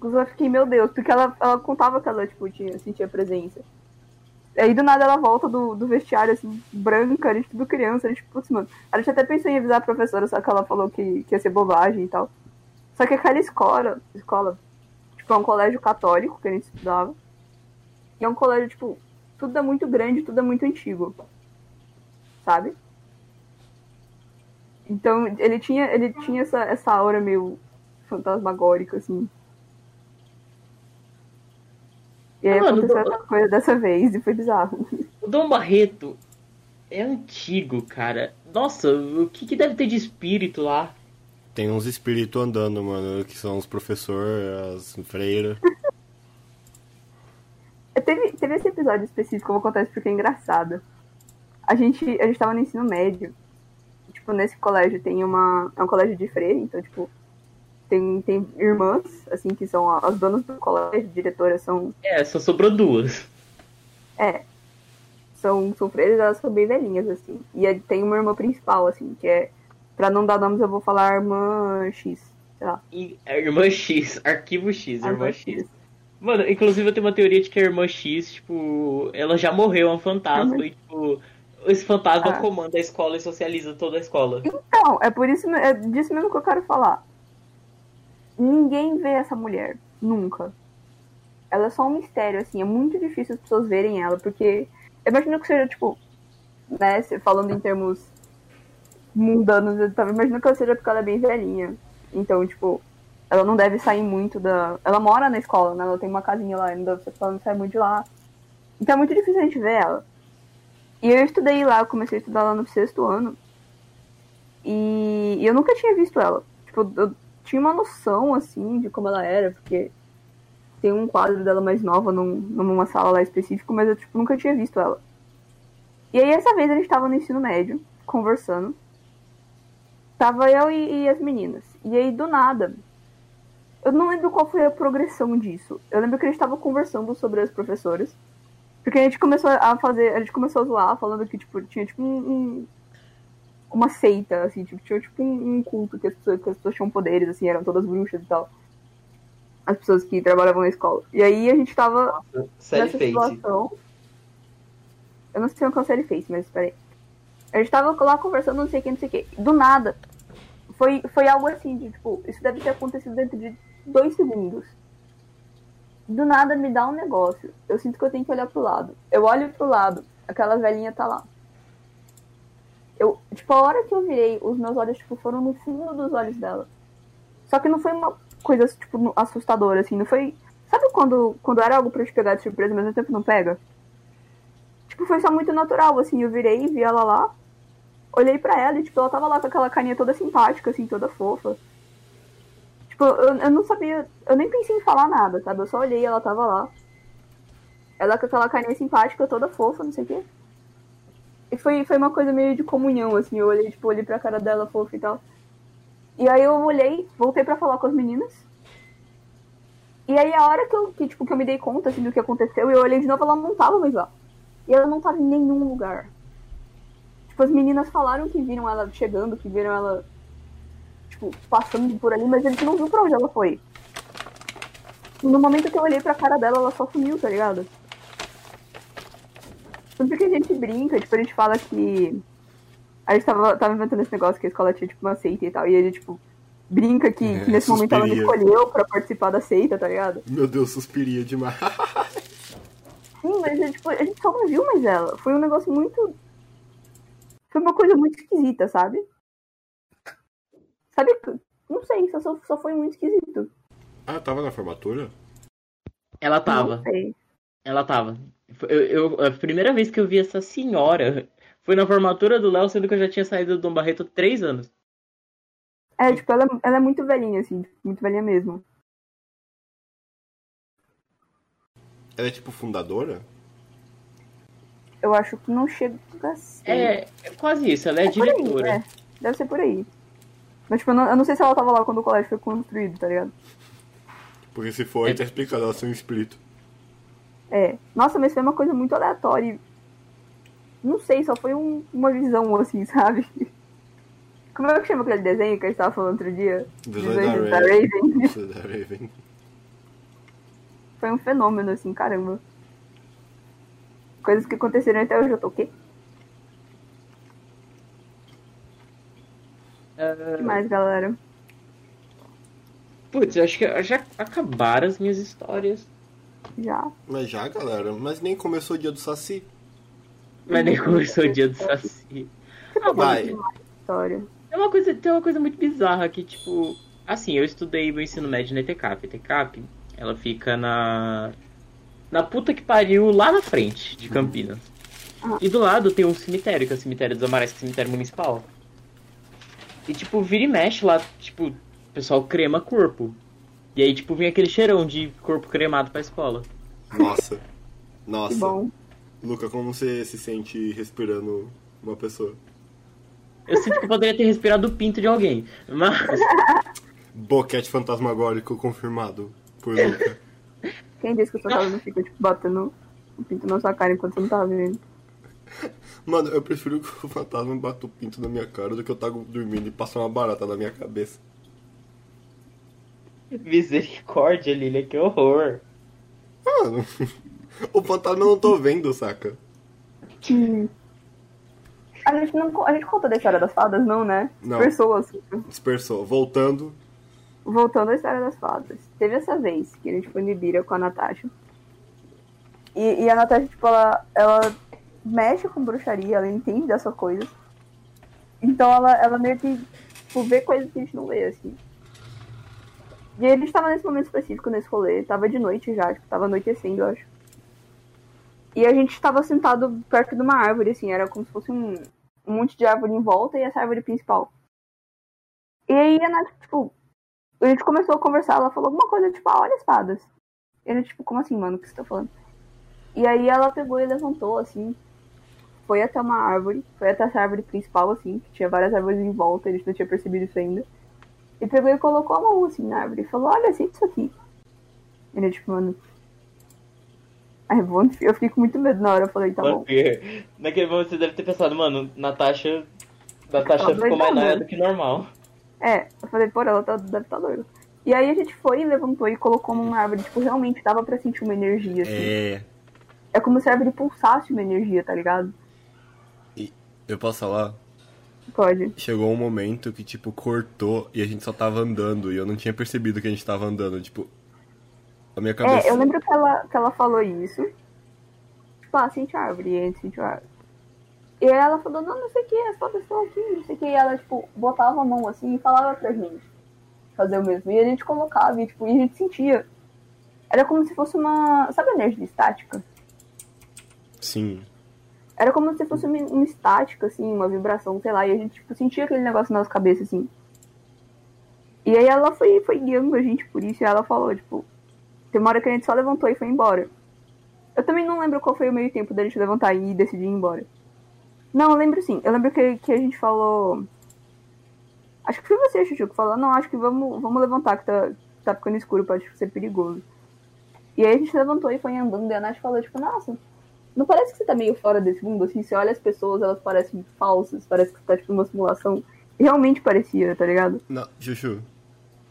C: Deus.
B: eu fiquei, meu Deus, porque ela, ela contava que ela, tipo, tinha, sentia presença. Aí do nada ela volta do, do vestiário, assim, branca, a gente tudo criança, a gente, putz, mano. A gente até pensou em avisar a professora, só que ela falou que, que ia ser bobagem e tal. Só que aquela escola, escola, tipo, é um colégio católico que a gente estudava. E é um colégio, tipo, tudo é muito grande, tudo é muito antigo. Sabe? Então, ele tinha, ele tinha essa, essa aura meio fantasmagórica, assim. E aí
A: Ah, mano,
B: aconteceu
A: do-
B: essa coisa dessa vez e foi bizarro.
A: O Dom Barreto é antigo, cara. Nossa, o que, que deve ter de espírito lá?
C: Tem uns espíritos andando, mano, que são os professores, as freiras.
B: É, Teve, teve esse episódio específico, eu vou contar isso porque é engraçado. A gente, a gente tava no ensino médio. Tipo, nesse colégio tem uma. É um colégio de freira, então, tipo, tem, tem irmãs, assim, que são a- as donas do colégio, diretoras são
A: É, só sobrou duas.
B: são, são freiras, elas são bem velhinhas, assim. E aí tem uma irmã principal, assim, que é. Pra não dar nomes, eu vou falar irmã X. Sei lá.
A: E a irmã X, arquivo X,
B: a
A: irmã X. Mano, inclusive eu tenho uma teoria de que a irmã X, tipo, ela já morreu, é um fantasma,
B: Uhum.
A: e tipo, esse fantasma
B: Ah.
A: comanda a escola e socializa toda a escola.
B: Então, é por isso, é disso mesmo que eu quero falar. Ninguém vê essa mulher. Nunca. Ela é só um mistério, assim. É muito difícil as pessoas verem ela, porque. Eu imagino que seja, tipo. Né, se- falando em termos mundanos, eu tava imaginando que ela seja porque ela é bem velhinha. Então, tipo, ela não deve sair muito da. Ela mora na escola, né? Ela tem uma casinha lá, ainda ela não sai muito de lá. Então é muito difícil a gente ver ela. E eu estudei lá, eu comecei a estudar lá no sexto ano. E eu nunca tinha visto ela. Tipo, eu tinha uma noção, assim, de como ela era, porque tem um quadro dela mais nova num, numa sala lá específica, mas eu, tipo, nunca tinha visto ela. E aí, essa vez, a gente tava no ensino médio, conversando. Tava eu e, e as meninas. E aí, do nada, eu não lembro qual foi a progressão disso. Eu lembro que a gente tava conversando sobre as professoras. Porque a gente começou a fazer, a gente começou a zoar, falando que, tipo, tinha, tipo, um- um, uma seita, assim, tipo, tinha tipo um, um culto que as, pessoas, que as pessoas tinham poderes, assim, eram todas bruxas e tal. As pessoas que trabalhavam na escola. E aí a gente tava
A: Série
B: nessa
A: Face.
B: situação. Eu não sei o que a série fez, mas peraí. A gente tava lá conversando, não sei o que, não sei o que. Do nada. Foi, foi algo assim, de, tipo, isso deve ter acontecido dentro de dois segundos. Do nada me dá um negócio. Eu sinto que eu tenho que olhar pro lado. Eu olho pro lado, aquela velhinha tá lá. Eu, tipo, a hora que eu virei, os meus olhos, tipo, foram no fundo dos olhos dela. Só que não foi uma coisa, tipo, assustadora, assim, não foi Sabe quando, quando era algo pra te pegar de surpresa, mas ao mesmo tempo não pega? Tipo, foi só muito natural, assim, eu virei e vi ela lá, olhei pra ela e, tipo, ela tava lá com aquela carinha toda simpática, assim, toda fofa. Tipo, eu, eu não sabia, eu nem pensei em falar nada, sabe? Eu só olhei e ela tava lá. Ela com aquela carinha simpática, toda fofa, não sei o quê. E foi, foi uma coisa meio de comunhão, assim, eu olhei, tipo, olhei pra cara dela fofa e tal. E aí eu olhei, voltei pra falar com as meninas. E aí a hora que eu, que, tipo, que eu me dei conta assim, do que aconteceu, eu olhei de novo, ela não tava mais lá. E ela não tava em nenhum lugar. Tipo, as meninas falaram que viram ela chegando, que viram ela, tipo, passando por ali, mas eles não viram pra onde ela foi. No momento que eu olhei pra cara dela, ela só sumiu, tá ligado? Tanto que a gente brinca, tipo, a gente fala que. A gente tava, tava inventando esse negócio que a escola tinha, tipo, uma seita e tal. E a gente, tipo, brinca que,
C: É,
B: que nesse momento ela me
C: suspiria.
B: escolheu pra participar da seita, tá ligado?
C: Meu Deus, suspiria demais.
B: Sim, mas é, tipo, a gente só não viu mais ela. Foi um negócio muito. Foi uma coisa muito esquisita, sabe? Sabe? Não sei, só- só, só foi muito esquisito.
C: ah, tava na formatura?
A: Ela
B: Não
A: tava.
B: sei.
A: Ela tava. Eu, eu- a primeira vez que eu vi essa senhora foi na formatura do Léo, sendo que eu já tinha saído do Dom Barreto há três anos.
B: É, tipo, ela, ela é muito velhinha, assim, muito velhinha mesmo.
C: Ela é tipo fundadora?
B: Eu acho que não chega a ser.
A: É, é quase isso, ela é,
B: por aí,
A: diretora.
B: é. Deve ser por aí. Mas, tipo, eu não, eu não sei se ela tava lá quando o colégio foi construído, tá ligado?
C: Porque se for,
A: É.
C: tá explicado, ela é um espírito.
B: É. Nossa, mas foi uma coisa muito aleatória. e- Não sei, só foi um- uma visão, assim, sabe? Como é que chama aquele desenho que a gente tava falando outro dia?
C: Visões
B: Visões
C: da
B: da
C: Raven.
B: Raven.
C: Nossa, da Raven.
B: Foi um fenômeno, assim, caramba. Coisas que aconteceram até hoje, eu tô o quê? O que mais, galera?
A: Ah, Putz, eu acho que já acabaram as minhas histórias.
B: Já.
C: Mas já, galera, mas nem começou o dia do Saci.
A: Mas nem começou o dia do Saci. Ah,
B: Tá
A: mas
C: Vai.
B: História.
A: É uma coisa, tem uma coisa muito bizarra que, tipo, assim, eu estudei meu ensino médio na ETCAP. ETCAP, ela fica na. na puta que pariu lá na frente de Campinas. E do lado tem um cemitério, que é o cemitério dos Amarais, que é o cemitério municipal. E, tipo, vira e mexe lá, tipo, o pessoal crema corpo. E aí, tipo, vem aquele cheirão de corpo cremado pra escola.
C: Nossa.
B: Que
C: Nossa.
B: bom.
C: Luca, como você se sente respirando uma pessoa?
A: Eu sinto que eu poderia ter respirado o pinto de alguém. Mas.
C: Boquete fantasmagórico confirmado por Luca.
B: Quem disse que sua casa não fica, tipo, batendo o pinto na sua cara enquanto você não tá vendo?
C: Mano, eu prefiro que o fantasma bata o pinto na minha cara do que eu tago dormindo e passar uma barata na minha cabeça.
A: Misericórdia, Lilia, que horror.
C: Mano, o fantasma eu não tô vendo, saca?
B: Hum. A gente, não, co- a gente conta da história das fadas, não, né?
C: Não.
B: Pessoas.
C: Dispersou. Voltando,
B: Voltando à história das fadas. Teve essa vez que a gente foi no Ibira com a Natasha. E, e a Natasha, tipo, ela, ela mexe com bruxaria, ela entende dessas coisas. Então ela, ela meio que tipo, vê coisas que a gente não vê, assim. E aí a gente tava nesse momento específico, nesse rolê, tava de noite já, tipo, tava anoitecendo, eu acho. E a gente tava sentado perto de uma árvore, assim, era como se fosse um, um monte de árvore em volta e essa árvore principal. E aí a Nath, tipo, a gente começou a conversar, ela falou alguma coisa, tipo, ah, olha as fadas. E a gente, tipo, como assim, mano, o que você tá falando? E aí ela pegou e levantou, assim, foi até uma árvore, foi até essa árvore principal, assim, que tinha várias árvores em volta, a gente não tinha percebido isso ainda. E pegou e colocou a mão, assim, na árvore e falou, olha, sente isso aqui. E ele, tipo, mano... Aí eu vou- eu fiquei com muito medo na hora, eu falei, tá bom.
A: Porque naquele momento você deve ter pensado, mano, Natasha. Natasha
B: Tá
A: ficou mais
B: doidona.
A: nada do que normal.
B: É, eu falei, pô, ela tá, deve estar tá doida. E aí a gente foi, levantou e colocou numa árvore, tipo, realmente dava pra sentir uma energia, assim.
C: É.
B: É, como se a árvore pulsasse uma energia, tá ligado?
C: Eu posso falar?
B: Pode.
C: Chegou um momento que, tipo, cortou e a gente só tava andando e eu não tinha percebido que a gente tava andando. Tipo, a minha cabeça.
B: É, eu lembro que ela, que ela falou isso. Tipo, ah, sente a árvore, e a gente sentiu a árvore. E aí ela falou, não, não sei o que, é as fotos estão aqui, não sei o que. E ela, tipo, botava a mão assim e falava pra gente fazer o mesmo. E a gente colocava, e, tipo, e a gente sentia. Era como se fosse uma. Sabe a energia estática?
C: Sim.
B: Era como se fosse uma, uma estática, assim, uma vibração, sei lá, e a gente tipo, sentia aquele negócio na nossa cabeça, assim. E aí ela foi, foi guiando a gente por isso, e ela falou, tipo, tem uma hora que a gente só levantou e foi embora. Eu também não lembro qual foi o meio tempo da gente levantar e decidir ir embora. Não, eu lembro sim. Eu lembro que, que a gente falou. Acho que foi você, Chuchu, que falou, não, acho que vamos, vamos levantar, que tá, tá ficando escuro, pode ser perigoso. E aí a gente levantou e foi andando, e a Nath falou, tipo, nossa, não parece que você tá meio fora desse mundo, assim, você olha as pessoas, elas parecem falsas, parece que você tá, tipo, numa simulação. E realmente parecia, tá ligado?
C: Não, Juju,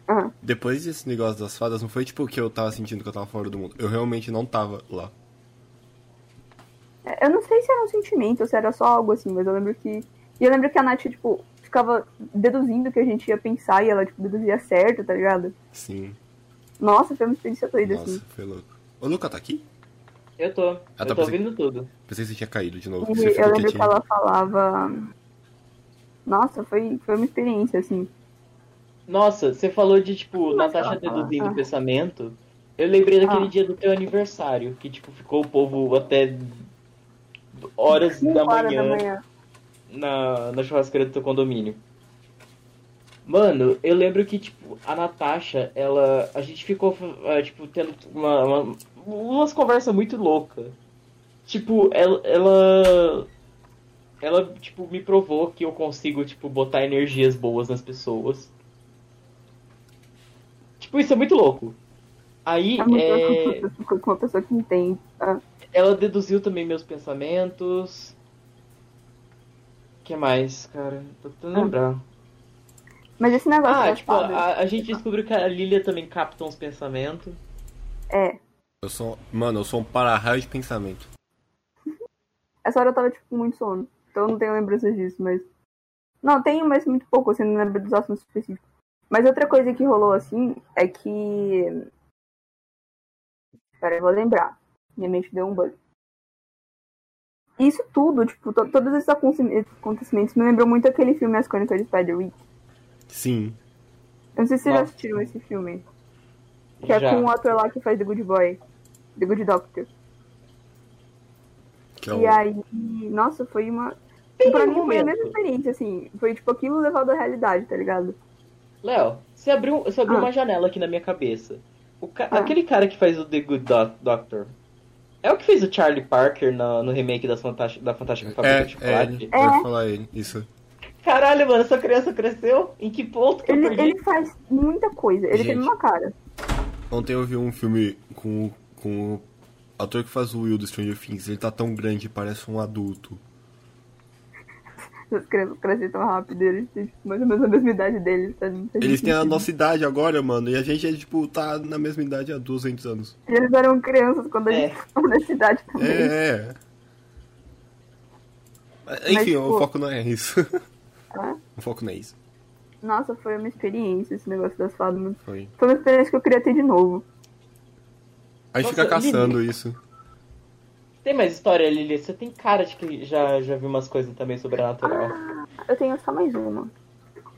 B: Aham.
C: depois desse negócio das fadas, não foi tipo que eu tava sentindo que eu tava fora do mundo. Eu realmente não tava lá.
B: É, Eu não sei se era um sentimento ou se era só algo assim, mas eu lembro que. E eu lembro que a Nath, tipo, ficava deduzindo o que a gente ia pensar e ela, tipo, deduzia certo, tá ligado?
C: Sim.
B: Nossa, foi uma experiência doida,
C: Nossa,
B: assim.
C: foi louco. Ô, Luca, tá aqui?
A: Eu tô.
C: Ah, tá,
A: eu tô
C: pensei-
A: ouvindo tudo.
C: Pensei que você tinha caído de novo.
B: E
C: porque Você
B: eu
C: ficou
B: lembro que
C: quietinho.
B: ela falava. Nossa, foi, foi uma experiência, assim.
A: Nossa, você falou de, tipo, Natasha
B: ela fala.
A: deduzindo
B: Ah.
A: o pensamento. Eu lembrei daquele
B: Ah.
A: dia do teu aniversário, que, tipo, ficou o povo até horas
B: Cinco
A: da
B: horas
A: manhã, Na, na churrasqueira do teu condomínio. Mano, eu lembro que, tipo, a Natasha, ela. A gente ficou, ah, tipo, tendo uma, uma- umas conversas muito loucas. Tipo, ela, ela. Ela, tipo, me provou que eu consigo, tipo, botar energias boas nas pessoas. Tipo, isso é muito louco. Aí,
B: É muito
A: é,
B: louco você fica com uma pessoa que entende. tá?
A: ela deduziu também meus pensamentos. O que mais, cara? Tô tentando
B: Ah.
A: lembrar.
B: Mas esse negócio
A: Ah,
B: das
A: tipo,
B: fadas,
A: a, a gente descobriu que a Lilia também capta uns pensamentos.
B: É.
C: Eu sou. Mano, eu sou um para-raio de pensamento.
B: Essa hora eu tava, tipo, com muito sono. Então eu não tenho lembrança disso, mas. Não, tenho, mas muito pouco, assim, não lembro dos assuntos específicos. Mas outra coisa que rolou, assim, é que. Pera, eu vou lembrar. Minha mente deu um bug. Isso tudo, tipo, to- todos esses aconte- acontecimentos me lembrou muito aquele filme As Crônicas de Spiderwick.
C: Sim.
B: Eu não sei se vocês já
A: Nossa.
B: assistiram esse filme. Que é
A: Já.
B: com o ator lá que faz The Good Boy. The Good Doctor.
C: Que é o...
B: E aí, nossa, foi uma.
A: Tem
B: pra
A: um
B: mim foi a
A: momento.
B: mesma experiência, assim. Foi tipo aquilo levado à realidade, tá ligado?
A: Léo, você abriu, você abriu
B: Ah.
A: uma janela aqui na minha cabeça. O ca-
B: Ah.
A: Aquele cara que faz o The Good Do- Doctor é o que fez o Charlie Parker na- no remake das Fantás- da Fantástica Fábrica
C: É,
A: de
C: é,
A: Chocolate?
C: ele. Eu ia falar ele. Isso.
A: Caralho, mano, essa criança cresceu? Em que ponto que eu
B: Ele,
A: perdi?
B: ele faz muita coisa. Ele tem
C: Gente.
B: uma cara.
C: Ontem eu vi um filme com, o- com o ator que faz o Will do Stranger Things. Ele tá tão grande, parece um adulto.
B: As crianças crescem tão rápido. Eles têm tipo, mais ou menos a mesma idade deles. Tá? Não faz
C: Eles têm a
B: sentido.
C: nossa idade agora, mano. E a gente é, tipo, tá na mesma idade há 200 anos.
B: E Eles eram crianças quando a
A: É.
B: gente estava nessa idade também.
C: É, é. Mas, Enfim,
B: tipo-
C: o foco não é isso.
B: Hã?
C: o foco não é isso.
B: tá? Nossa, foi uma experiência esse negócio das fadas.
C: Foi.
B: Foi uma experiência que eu queria ter de novo.
C: A gente fica
A: Nossa,
C: caçando isso.
A: Tem mais história, Lilia? Você tem cara de que já, já viu umas coisas também sobrenatural.
B: Ah, Eu tenho só mais uma.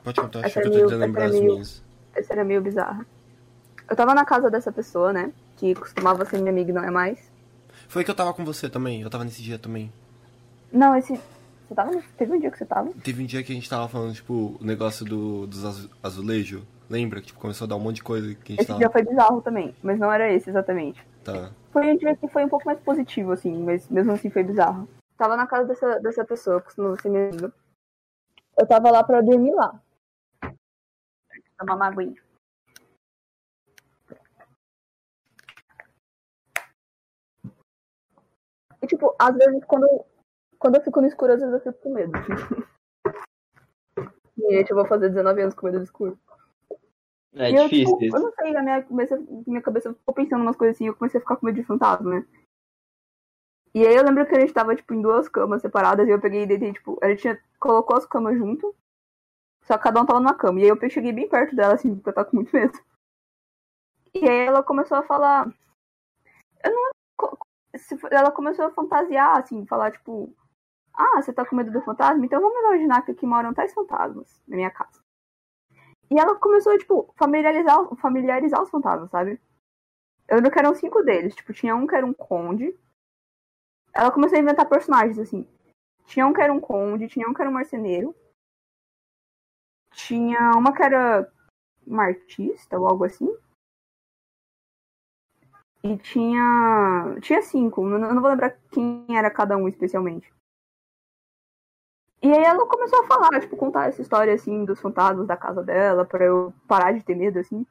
C: Pode contar,
B: Essa
C: acho
B: é
C: que eu tô
B: meio-
C: tentando lembrar
B: essa
C: as
B: é meio-
C: minhas.
B: Essa era meio bizarra. Eu tava na casa dessa pessoa, né? Que costumava ser minha amiga e não é mais.
C: Foi que eu tava com você também, eu tava nesse dia também.
B: Não, esse. Você tava. Teve um dia que você tava?
C: Teve um dia que a gente tava falando, tipo, o negócio do, dos azu- azulejo. Lembra? Que tipo, começou a dar um monte de coisa que a gente
B: Esse dia
C: tava.
B: foi bizarro também, mas não era esse exatamente.
C: Tá.
B: Foi um dia que foi um pouco mais positivo, assim, mas mesmo assim foi bizarro. Tava na casa dessa, dessa pessoa, costumava ser minha amiga. Eu tava lá pra dormir lá. Tomar uma aguinha. E, tipo, às vezes quando eu, quando eu fico no escuro, às vezes eu fico com medo. Gente, eu vou fazer 19 anos com medo do escuro.
A: É
B: E eu,
A: difícil
B: tipo,
A: isso.
B: eu não sei, na minha, cabeça- na minha cabeça eu ficou pensando umas coisas assim, eu comecei a ficar com medo de fantasma, né? E aí eu lembro que a gente tava, tipo, em duas camas separadas, e eu peguei e deitei, tipo, a gente tinha- colocou as camas junto, só que cada um tava numa cama. E aí eu pe- cheguei bem perto dela, assim, porque eu tava com muito medo. E aí ela começou a falar. Eu não lembro co- se foi- Ela começou a fantasiar, assim, falar, tipo, ah, você tá com medo do fantasma? Então vamos imaginar que aqui moram tais fantasmas na minha casa. E ela começou, tipo, familiarizar, familiarizar os fantasmas, sabe? Eu lembro que eram cinco deles. Tipo, tinha um que era um conde. Ela começou a inventar personagens, assim. Tinha um que era um conde, tinha um que era um marceneiro. Tinha uma que era uma artista ou algo assim. E tinha. Tinha cinco. Eu não eu não vou lembrar quem era cada um especialmente. E aí ela começou a falar, tipo, contar essa história, assim, dos fantasmas da casa dela, pra eu parar de ter medo, assim.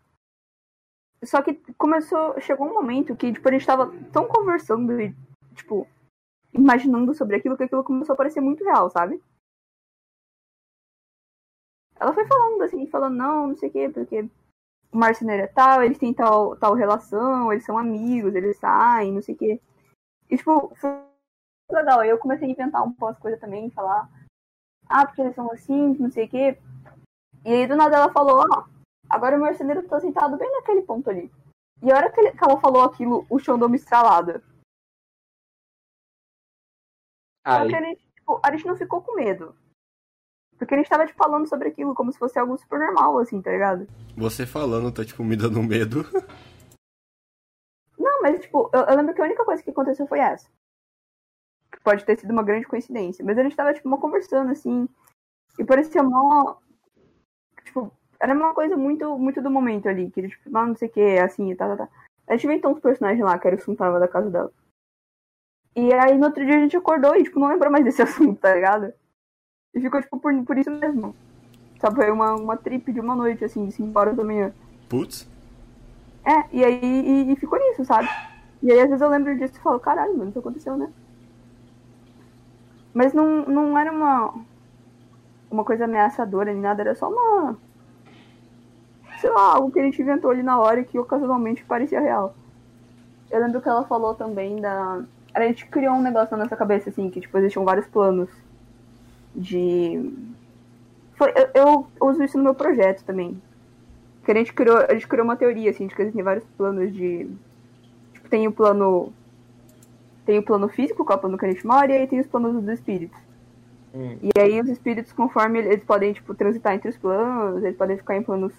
B: Só que começou. Chegou um momento que, tipo, a gente tava tão conversando e, tipo, imaginando sobre aquilo que aquilo começou a parecer muito real, sabe? Ela foi falando assim, falando, não, não sei o quê, porque o marceneiro é tal, eles têm tal, tal relação, eles são amigos, eles saem, não sei o quê. E, tipo, foi legal. Aí eu comecei a inventar um pouco as coisas também, falar, ah, porque eles são assim, não sei o quê. E aí do nada ela falou, ó, agora o marceneiro tá sentado bem naquele ponto ali. E a hora que, ele- que ela falou aquilo, o chão deu uma estralada. Só
A: Ai,
B: que a gente, tipo, a gente não ficou com medo. Porque a gente tava, tipo, falando sobre aquilo como se fosse algo super normal, assim, tá ligado?
C: Você falando tá, tipo, me dando medo.
B: Não, mas, tipo, eu, eu lembro que a única coisa que aconteceu foi essa. Que pode ter sido uma grande coincidência. Mas a gente tava, tipo, mó conversando, assim. E parecia mó. Tipo, era uma coisa muito, muito do momento ali. Que, tipo, ah, não sei o que, assim, e tá, tá, tá. A gente inventou uns personagens lá, que era o Suntava da casa dela. E aí, no outro dia, a gente acordou e, tipo, não lembrou mais desse assunto, tá ligado? E ficou, tipo, por, por isso mesmo. Sabe, foi uma, uma trip de uma noite, assim, de 5 horas da manhã.
C: Putz.
B: É, e aí e, e ficou nisso, sabe? E aí às vezes eu lembro disso e falo, caralho, mano, isso aconteceu, né? Mas não, não era uma, uma coisa ameaçadora nem nada, era só uma. Sei lá, algo que a gente inventou ali na hora e que ocasionalmente parecia real. Eu lembro que ela falou também da. A gente criou um negócio na nossa cabeça, assim, que tipo, existiam vários planos de. Foi, eu, eu uso isso no meu projeto também, que a gente criou, a gente criou uma teoria, assim, de que existem vários planos de. Tipo, tem o plano. Tem o plano físico, que é o plano que a gente mora, e aí tem os planos dos espíritos.
A: Hum.
B: E aí os espíritos, conforme eles podem, tipo, transitar entre os planos, eles podem ficar em planos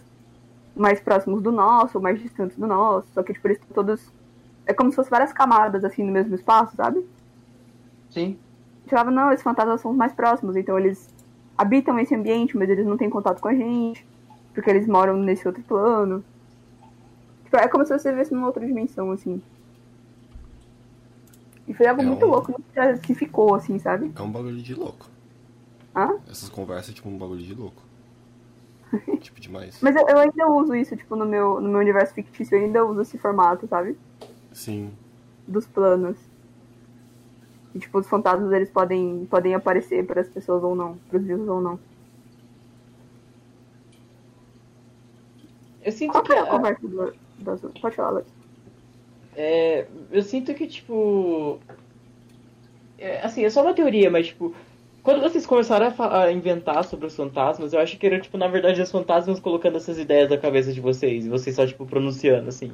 B: mais próximos do nosso, ou mais distantes do nosso, só que, tipo, eles estão todos. É como se fossem várias camadas, assim, no mesmo espaço, sabe?
A: sim.
B: gente falava, não, esses fantasmas são os mais próximos, então eles habitam esse ambiente, mas eles não têm contato com a gente, porque eles moram nesse outro plano. Tipo, é como se você vivesse numa outra dimensão, assim. E foi algo
C: É
B: muito
C: um-
B: louco muito que ficou, assim, sabe?
C: É um bagulho de louco.
B: Hã?
C: Essas conversas é tipo um bagulho de louco. tipo, demais.
B: Mas eu, eu ainda uso isso, tipo, no meu, no meu universo fictício, eu ainda uso esse formato, sabe?
C: Sim.
B: Dos planos. E, tipo, os fantasmas, eles podem, podem aparecer para as pessoas ou não, para os vivos ou não.
A: Eu sinto
B: Qual que
A: que.
B: é a
A: a-
B: conversa do, das- Pode falar, Alex.
A: É, eu sinto que, tipo. é, assim, é só uma teoria, mas, tipo. Quando vocês começaram a, fa- a inventar sobre os fantasmas, eu acho que era, tipo, na verdade, os fantasmas colocando essas ideias na cabeça de vocês. E vocês só, tipo, pronunciando, assim.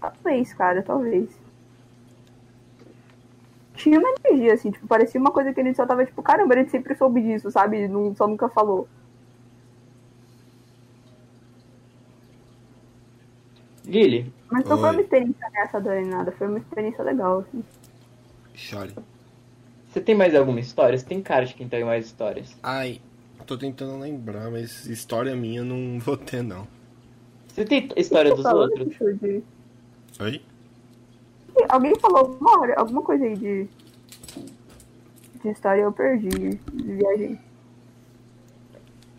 B: Talvez, cara, talvez. Tinha uma energia, assim, tipo, parecia uma coisa que a gente só tava, tipo, caramba, a gente sempre soube disso, sabe? Não, só nunca falou.
A: Lili,
B: Mas não foi
C: Oi.
B: uma experiência ameaçadora nem nada, foi uma experiência legal, assim.
C: Chore.
A: você tem mais alguma história? Você tem cara de quem tem mais histórias.
C: Ai, tô tentando lembrar, mas história minha não vou ter, não.
A: Você tem história
B: Você
A: dos
B: falou
A: outros?
B: desse show Tipo, de-
C: Oi?
B: Ih, Alguém falou alguma hora, alguma coisa aí de. De história eu perdi, de viagem.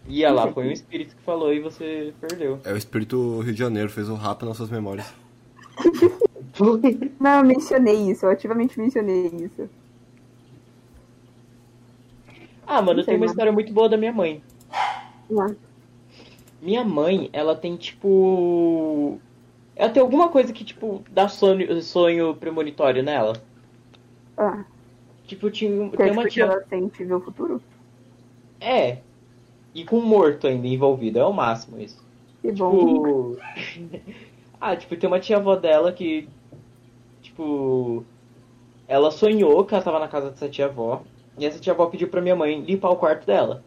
A: Ia lá, foi um espírito que falou e você perdeu.
C: É o espírito Rio de Janeiro, fez o rap nas suas memórias.
B: Não, eu mencionei isso, eu ativamente mencionei isso.
A: ah, mano, eu tenho uma
B: Entendi.
A: história muito boa da minha mãe.
B: Não.
A: Minha mãe, ela tem tipo. Ela tem alguma coisa que, tipo, dá sonho, sonho premonitório nela.
B: Ah,
A: Tipo, tinha,
B: quer
A: tem uma
B: dizer que
A: tia.
B: é ela sente ver o futuro?
A: É. E com um morto ainda envolvido, é o máximo isso.
B: Que bom.
A: Tipo. ah, tipo, tem uma tia avó dela que. Tipo. Ela sonhou que ela tava na casa dessa tia avó. E essa tia avó pediu pra minha mãe limpar o quarto dela.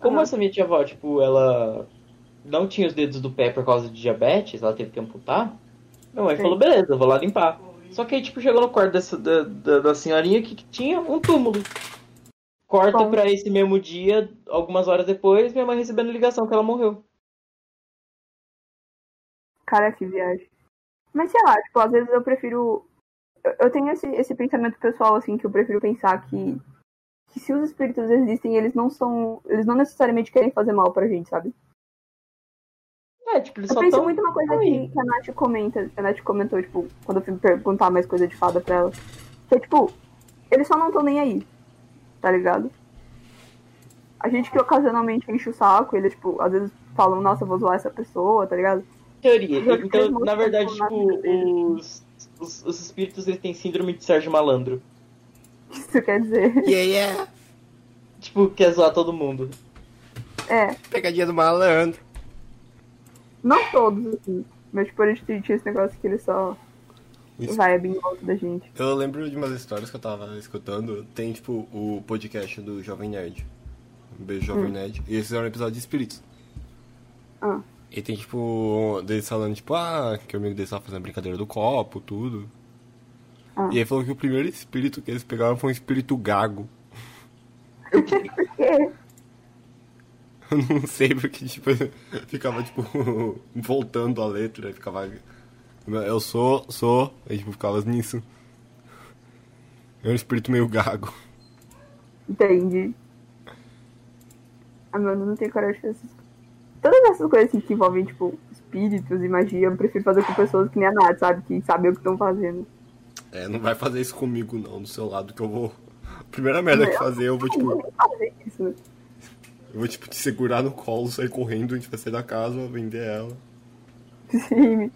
A: Como
B: Aham.
A: essa minha tia avó, tipo, ela não tinha os dedos do pé por causa de diabetes, ela teve que amputar. Minha mãe
B: Sim.
A: falou, beleza, eu vou lá limpar. Só que aí, tipo, chegou no quarto dessa, da, da, da senhorinha que tinha um túmulo. Corta
B: Bom.
A: pra esse mesmo dia, algumas horas depois, minha mãe recebendo ligação que ela morreu.
B: Cara, que viagem. Mas sei lá, tipo, às vezes eu prefiro. Eu, eu tenho esse, esse pensamento pessoal, assim, que eu prefiro pensar que, que se os espíritos existem, eles não são. Eles não necessariamente querem fazer mal pra gente, sabe?
A: É, tipo, eles
B: Eu
A: só
B: penso
A: estão.
B: muito uma coisa que, que a Nath comenta. A Nath comentou, tipo, quando eu fui perguntar mais coisa de fada pra ela. Foi tipo, eles só não estão nem aí. Tá ligado? A gente que ocasionalmente enche o saco, eles, tipo, às vezes falam, nossa, eu vou zoar essa pessoa, tá ligado?
A: Teoria.
B: Eu acho que
A: Então,
B: eles não
A: na
B: estão
A: verdade,
B: na
A: tipo,
B: vida deles.
A: os, os, os espíritos eles têm síndrome de Sérgio Malandro.
B: O que isso quer dizer?
C: Yeah, yeah.
A: Tipo, quer zoar todo mundo.
B: É,
C: Pegadinha do malandro.
B: não todos, assim. Mas, tipo, a gente tinha esse negócio que ele só
C: Isso.
B: vai bem em volta da gente.
C: Eu lembro de umas histórias que eu tava escutando. Tem, tipo, o podcast do Jovem Nerd. Um beijo, Jovem Nerd. E esse era um episódio de espíritos.
B: Ah.
C: E tem, tipo, deles falando, tipo, ah, que o amigo deles tava fazendo brincadeira do copo, tudo.
B: Ah.
C: E aí falou que o primeiro espírito que eles pegaram foi um espírito gago.
B: Por quê?
C: Eu não sei porque, tipo, ficava, tipo, voltando a letra, ficava. Eu sou, sou, aí, tipo, ficava nisso. É um espírito meio gago.
B: Entendi. Ah, mano, eu não tenho coragem de fazer essas coisas. Todas essas coisas assim, que envolvem, tipo, espíritos e magia, eu prefiro fazer com pessoas que nem a Nath, sabe? Que sabem o que estão fazendo.
C: É, não vai fazer isso comigo, não, do seu lado, que eu vou. A primeira merda que fazer, eu vou, tipo,
B: Ninguém fazer isso, né?
C: eu vou, tipo, te segurar no colo, sair correndo, a gente vai sair da casa, vender ela.
B: Sim.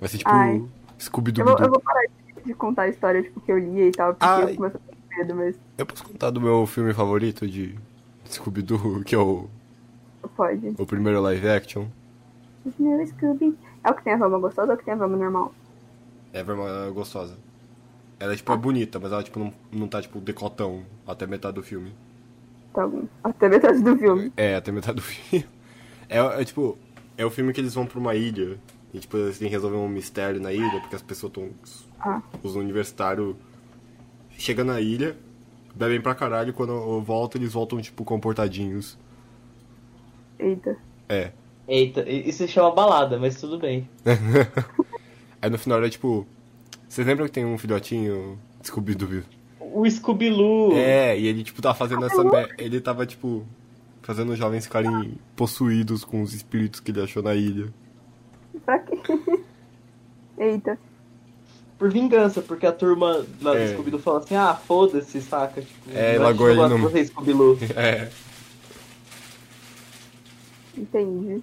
C: Vai ser, tipo,
B: Ai.
C: scooby doo
B: Eu vou, eu vou parar de, de contar a história, tipo, que eu li e tal, porque
C: Ai.
B: eu começo a ter medo, mas
C: Eu posso contar do meu filme favorito de Scooby-Doo, que é o,
B: pode.
C: o primeiro live action?
B: Os meus Scooby. É o que tem a Velma gostosa ou é o que tem a Velma normal?
C: É vermelha gostosa. Ela, tipo, é bonita, mas ela, tipo, não, não tá, tipo, decotão até metade do filme.
B: Tá bom. Até metade do filme.
C: É, até metade do filme. É, é, tipo, é o filme que eles vão pra uma ilha. E, tipo, eles têm que resolver um mistério na ilha, porque as pessoas estão...
B: Ah.
C: Os universitários chegam na ilha, bebem pra caralho, e quando voltam, eles voltam, tipo, comportadinhos.
B: Eita.
C: É.
A: Eita, isso se chama balada, mas tudo bem.
C: Aí no final é, tipo... Vocês lembram que tem um filhotinho Scooby-Doo?
A: O Scooby-Loo.
C: É, e ele, tipo, tava fazendo essa. mer- Ele tava, tipo, fazendo os jovens ficarem possuídos com os espíritos que ele achou na ilha.
B: Pra quê? Eita.
A: Por vingança, porque a turma lá do
C: É.
A: Scooby-Doo fala assim: ah, foda-se, saca? Tipo,
C: É,
A: não
C: largou ele
A: gosto de
C: no-
A: Você, Scooby-Loo.
C: É.
B: Entendi.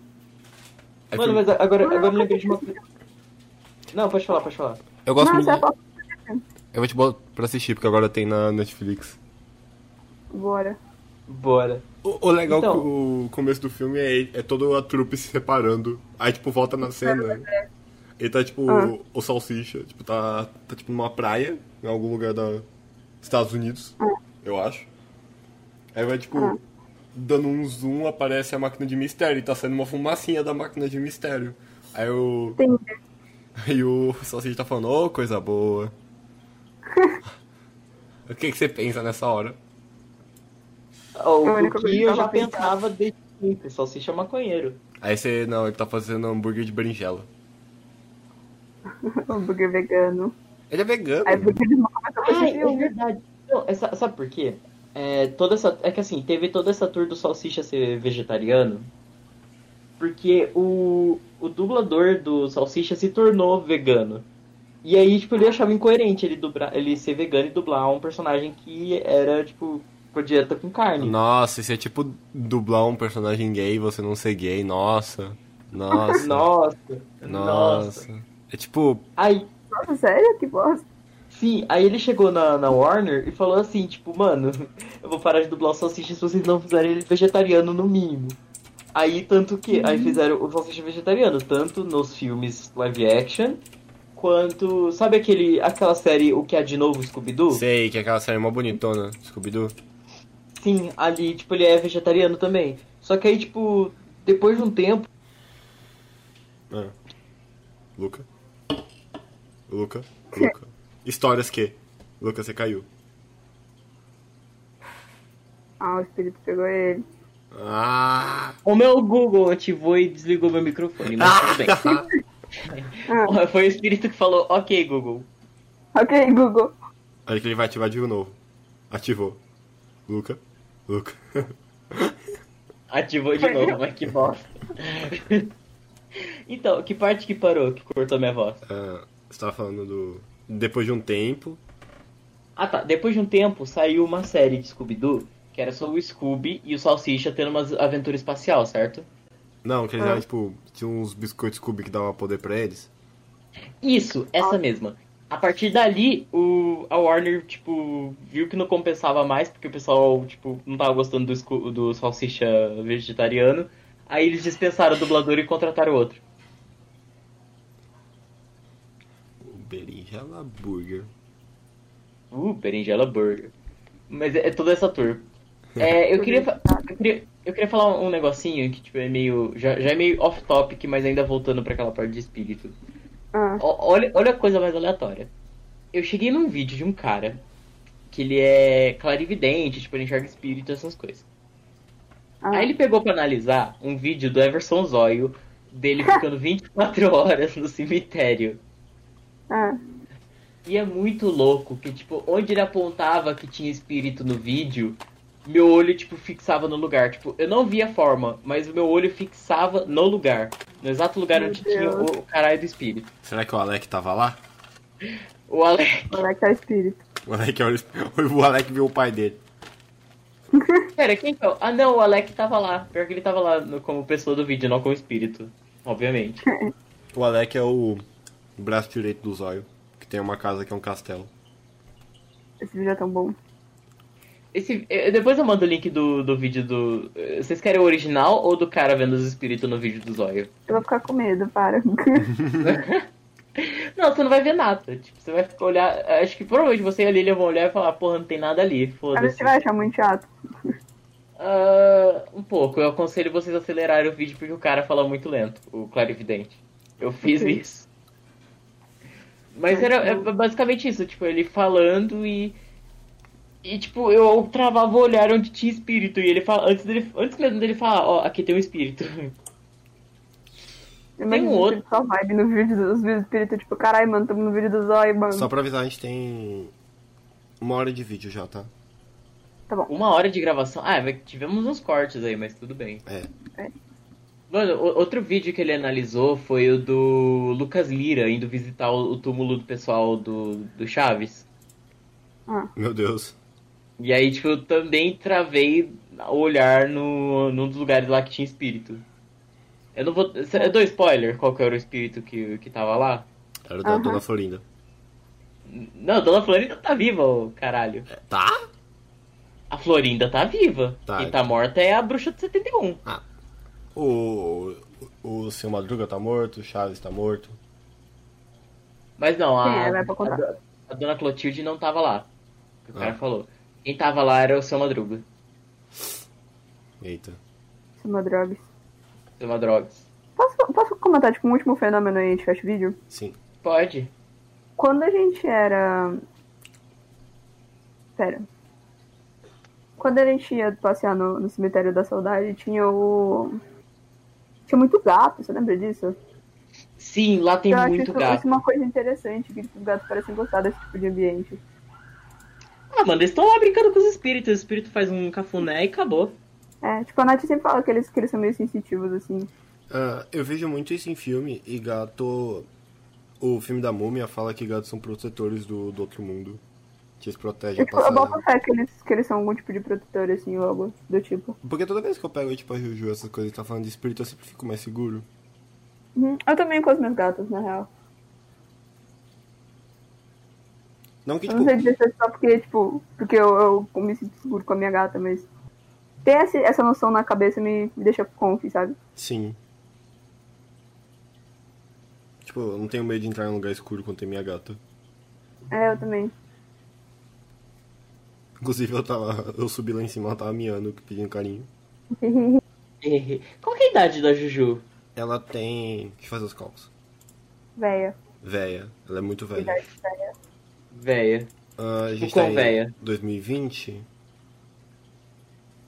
C: É
A: Mano, mas agora, agora eu me lembrei de uma coisa. Não, pode falar, pode falar.
C: Eu gosto
B: não,
C: muito.
B: essa é a
C: de-
B: foto.
C: Eu vou te botar pra assistir, porque agora tem na Netflix.
B: Bora.
A: Bora.
C: O, o legal
A: Então.
C: que o começo do filme é, ele- é toda a trupe se separando. Aí, tipo, volta na cena. Ele tá, tipo,
B: Ah.
C: o, o Salsicha. Tipo, tá, tá, tipo, numa praia, em algum lugar da Estados Unidos, eu acho. Aí vai, tipo,
B: Ah.
C: dando um zoom, aparece a máquina de mistério. E tá saindo uma fumacinha da máquina de mistério. Aí o,
B: Entendi.
C: aí o Salsicha tá falando, ô, coisa boa. o que, que você pensa nessa hora?
A: Ó,
B: É a
A: O,
B: única
A: o
B: coisa
A: que
B: que
A: eu
B: tava
A: já
B: pensando.
A: pensava desde sempre: salsicha é maconheiro.
C: Aí você, não, ele tá fazendo hambúrguer de berinjela.
B: Hambúrguer vegano.
C: Ele é vegano.
B: Aí porque eles não começam com esse
A: Ai, é
B: filme.
A: verdade. Não, essa, sabe por quê? É, toda essa, é que assim, teve toda essa tour do Salsicha ser vegetariano. Porque o, o dublador do Salsicha se tornou vegano. E aí, tipo, ele achava incoerente ele, dublar, ele ser vegano e dublar um personagem que era, tipo, com dieta com carne.
C: Nossa, isso é tipo dublar um personagem gay e você não ser gay. Nossa. Nossa.
A: Nossa, nossa.
C: nossa. É tipo,
A: Aí,
B: Nossa, sério? Que bosta.
A: sim, aí ele chegou na, na Warner e falou assim, tipo, mano, eu vou parar de dublar o Salsicha se vocês não fizerem ele vegetariano no mínimo. Aí tanto que. Aí fizeram o Salsicha vegetariano, tanto nos filmes live action, quanto. Sabe aquele, aquela série O que há de novo, Scooby-Doo?
C: sei que é aquela série mó bonitona, Scooby-Doo.
A: Sim, ali, tipo, ele é vegetariano também. Só que aí, tipo, depois de um tempo.
C: Ah. Luca. Luca. Luca. Histórias que. Luca, você caiu.
B: Ah, o espírito pegou ele.
C: Ah!
A: O meu Google ativou e desligou meu microfone, mas tudo bem.
B: Ah,
A: Foi o espírito que falou, ok, Google.
B: ok, Google.
C: Olha que ele vai ativar de novo. Ativou. Luca. Louca.
A: Ativou de novo, mas que bosta. então, que parte que parou, que cortou minha voz?
C: Ah, você tava falando do. Depois de um tempo.
A: Ah tá, depois de um tempo saiu uma série de Scooby-Doo que era sobre o Scooby e o Salsicha tendo uma aventura espacial, certo?
C: Não, que eles eram, tipo, tinha uns biscoitos Scooby que dava poder pra eles.
A: Isso, essa mesma. A partir dali, o, a Warner, tipo, viu que não compensava mais, porque o pessoal, tipo, não tava gostando do, Sco- do salsicha vegetariano. Aí eles dispensaram o dublador e contrataram outro.
C: O berinjela é burger.
A: Uh, berinjela burger. Mas é, é toda essa tour. É, eu, queria, fa- eu queria eu queria falar um negocinho que, tipo, é meio... Já, já é meio off-topic, mas ainda voltando pra aquela parte de espírito.
B: Ah,
A: O- Olha, olha a coisa mais aleatória. Eu cheguei num vídeo de um cara que ele é clarividente, tipo, ele enxerga espírito, essas coisas.
B: ah.
A: Aí ele pegou pra analisar um vídeo do Everson Zóio dele ficando 24 horas no cemitério.
B: ah.
A: E é muito louco que, tipo, onde ele apontava que tinha espírito no vídeo, meu olho, tipo, fixava no lugar. Tipo, eu não via a forma, mas o meu olho fixava no lugar. No exato lugar
B: Meu
A: onde tinha
B: Deus.
A: o, o caralho do espírito.
C: Será que o Alec tava lá?
A: O Alex.
B: Olha que tá espírito.
C: O Alec, olha- o Alec viu o pai dele.
A: Pera, quem que é? o- Ah, não, o Alec tava lá. Pior que ele tava lá no- como pessoa do vídeo, não como espírito. Obviamente.
C: O Alec é o braço direito do Zóio, que tem uma casa que é um castelo.
B: Esse vídeo é tão bom.
A: Esse, eh, depois eu mando o link do, do vídeo do. eh, Vocês querem o original ou do cara vendo os espíritos no vídeo do zóio?
B: Eu vou ficar com medo, para.
A: Não, você não vai ver nada. Tipo, você vai ficar olhar. Acho que provavelmente você e a Lilia vão olhar e falar, porra, não tem nada ali.
B: a
A: Foda-se.
B: gente vai achar muito chato.
A: Ah, um pouco. Eu aconselho vocês a acelerarem o vídeo porque o cara fala muito lento, o clarividente. Eu fiz
B: Ok.
A: isso. Mas era é basicamente isso, tipo, ele falando e. E tipo, eu travava o olhar onde tinha espírito. E ele fala. Antes dele. Antes mesmo dele falar, ó, aqui tem um espírito.
B: Imagina,
A: um outro.
B: tipo, Só vibe no vídeo dos vídeos do espírito, tipo, caralho, mano, tamo no vídeo do zóio, mano.
C: Só pra avisar, a gente tem uma hora de vídeo já, tá?
B: Tá bom.
A: Uma hora de gravação. Ah, mas tivemos uns cortes aí, mas tudo bem.
C: É.
A: Mano, o- outro vídeo que ele analisou foi o do Lucas Lira indo visitar o, o túmulo do pessoal do, do Chaves.
B: Ah,
C: Meu Deus.
A: E aí, tipo, eu também travei o olhar no, num dos lugares lá que tinha espírito. Eu não vou. cê- Eu dou spoiler qual que era o espírito que, que tava lá?
C: Era da
B: Aham.
C: Dona Florinda.
A: N- Não, a Dona Florinda tá viva, ô, caralho.
C: É, tá?
A: A Florinda tá viva.
C: Tá.
A: Quem tá morta é a bruxa de 71.
C: Ah. O, o, o seu Madruga tá morto, o Chaves tá morto.
A: Mas não, a,
B: Sim, ela é pra contar.
A: a, a Dona Clotilde não tava lá. O cara falou. Quem tava lá era o seu Madruga,
C: Eita.
B: Isso é uma droga.
A: o seu Madrogas.
B: Posso, posso comentar, tipo, um último fenômeno aí de fecha o vídeo?
C: Sim.
A: Pode.
B: Quando a gente era. Pera. Quando a gente ia passear no, no cemitério da saudade, tinha o. Tinha muito gato, você lembra disso?
A: Sim, lá tem
B: Eu acho
A: muito
B: isso,
A: gato.
B: isso é uma coisa interessante, que tipo, os gatos parecem gostar desse tipo de ambiente.
A: Ah, mano, eles estão lá brincando com os espíritos. O espírito faz um cafuné e acabou.
B: É, tipo, a Nath sempre fala que eles, que eles são meio sensitivos, assim.
C: Ah, eu vejo muito isso em filme e gato. O filme da múmia fala que gatos são protetores do, do outro mundo. Que eles protegem
B: Eu,
C: a
B: tipo, eu boto fé
C: passagem.
B: que eles, que eles são algum tipo de protetor, assim, ou algo do tipo.
C: Porque toda vez que eu pego, tipo, a Juju, essas coisas e tá falando de espírito, eu sempre fico mais seguro.
B: Uhum. Eu também com os meus gatos, na real.
C: Não que,
B: Eu
C: tipo,
B: não sei dizer se é só porque, tipo, porque eu, eu me sinto seguro com a minha gata, mas ter esse- essa noção na cabeça me, me deixa confi, sabe?
C: Sim. Tipo, eu não tenho medo de entrar em um lugar escuro quando tem minha gata.
B: É, eu também.
C: Inclusive, eu tava. Eu subi lá em cima, ela tava miando, pedindo carinho.
A: Qual que é a idade da Juju?
C: Ela tem. Deixa eu fazer os cálculos.
B: Véia.
C: Véia. Ela é muito velha.
B: Idade véia.
A: Véia.
C: Ah, a gente
A: quão
C: tá em
A: velha?
C: 2020.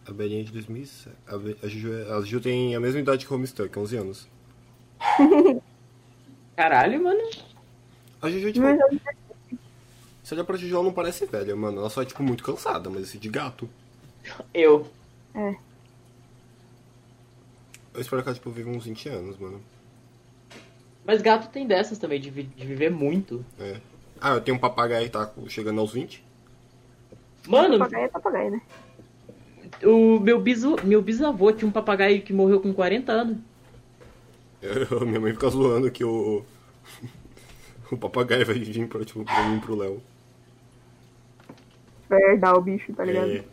C: A Belinha é de 2007. A, Be- a Juju, é- a Juju tem a mesma idade que o Homestuck, 11 anos.
A: Caralho, mano.
C: A Juju, tipo,
B: Mas eu-
C: se olhar pra Juju, ela não parece velha, mano. Ela só é, tipo, muito cansada, mas assim, de gato.
A: Eu.
B: É.
C: Eu espero que ela, tipo, viva uns 20 anos, mano.
A: Mas gato tem dessas também, de, vi- de viver muito.
C: É. Ah, eu tenho um papagaio que tá chegando aos 20.
A: Mano,
B: Papagaio é papagaio, né?
A: o meu, bisu, meu bisavô tinha um papagaio que morreu com 40 anos.
C: Eu- minha mãe fica zoando que o. O papagaio vai vir pra, tipo, pra mim e pro Léo.
B: Vai herdar o bicho, tá ligado?
C: É.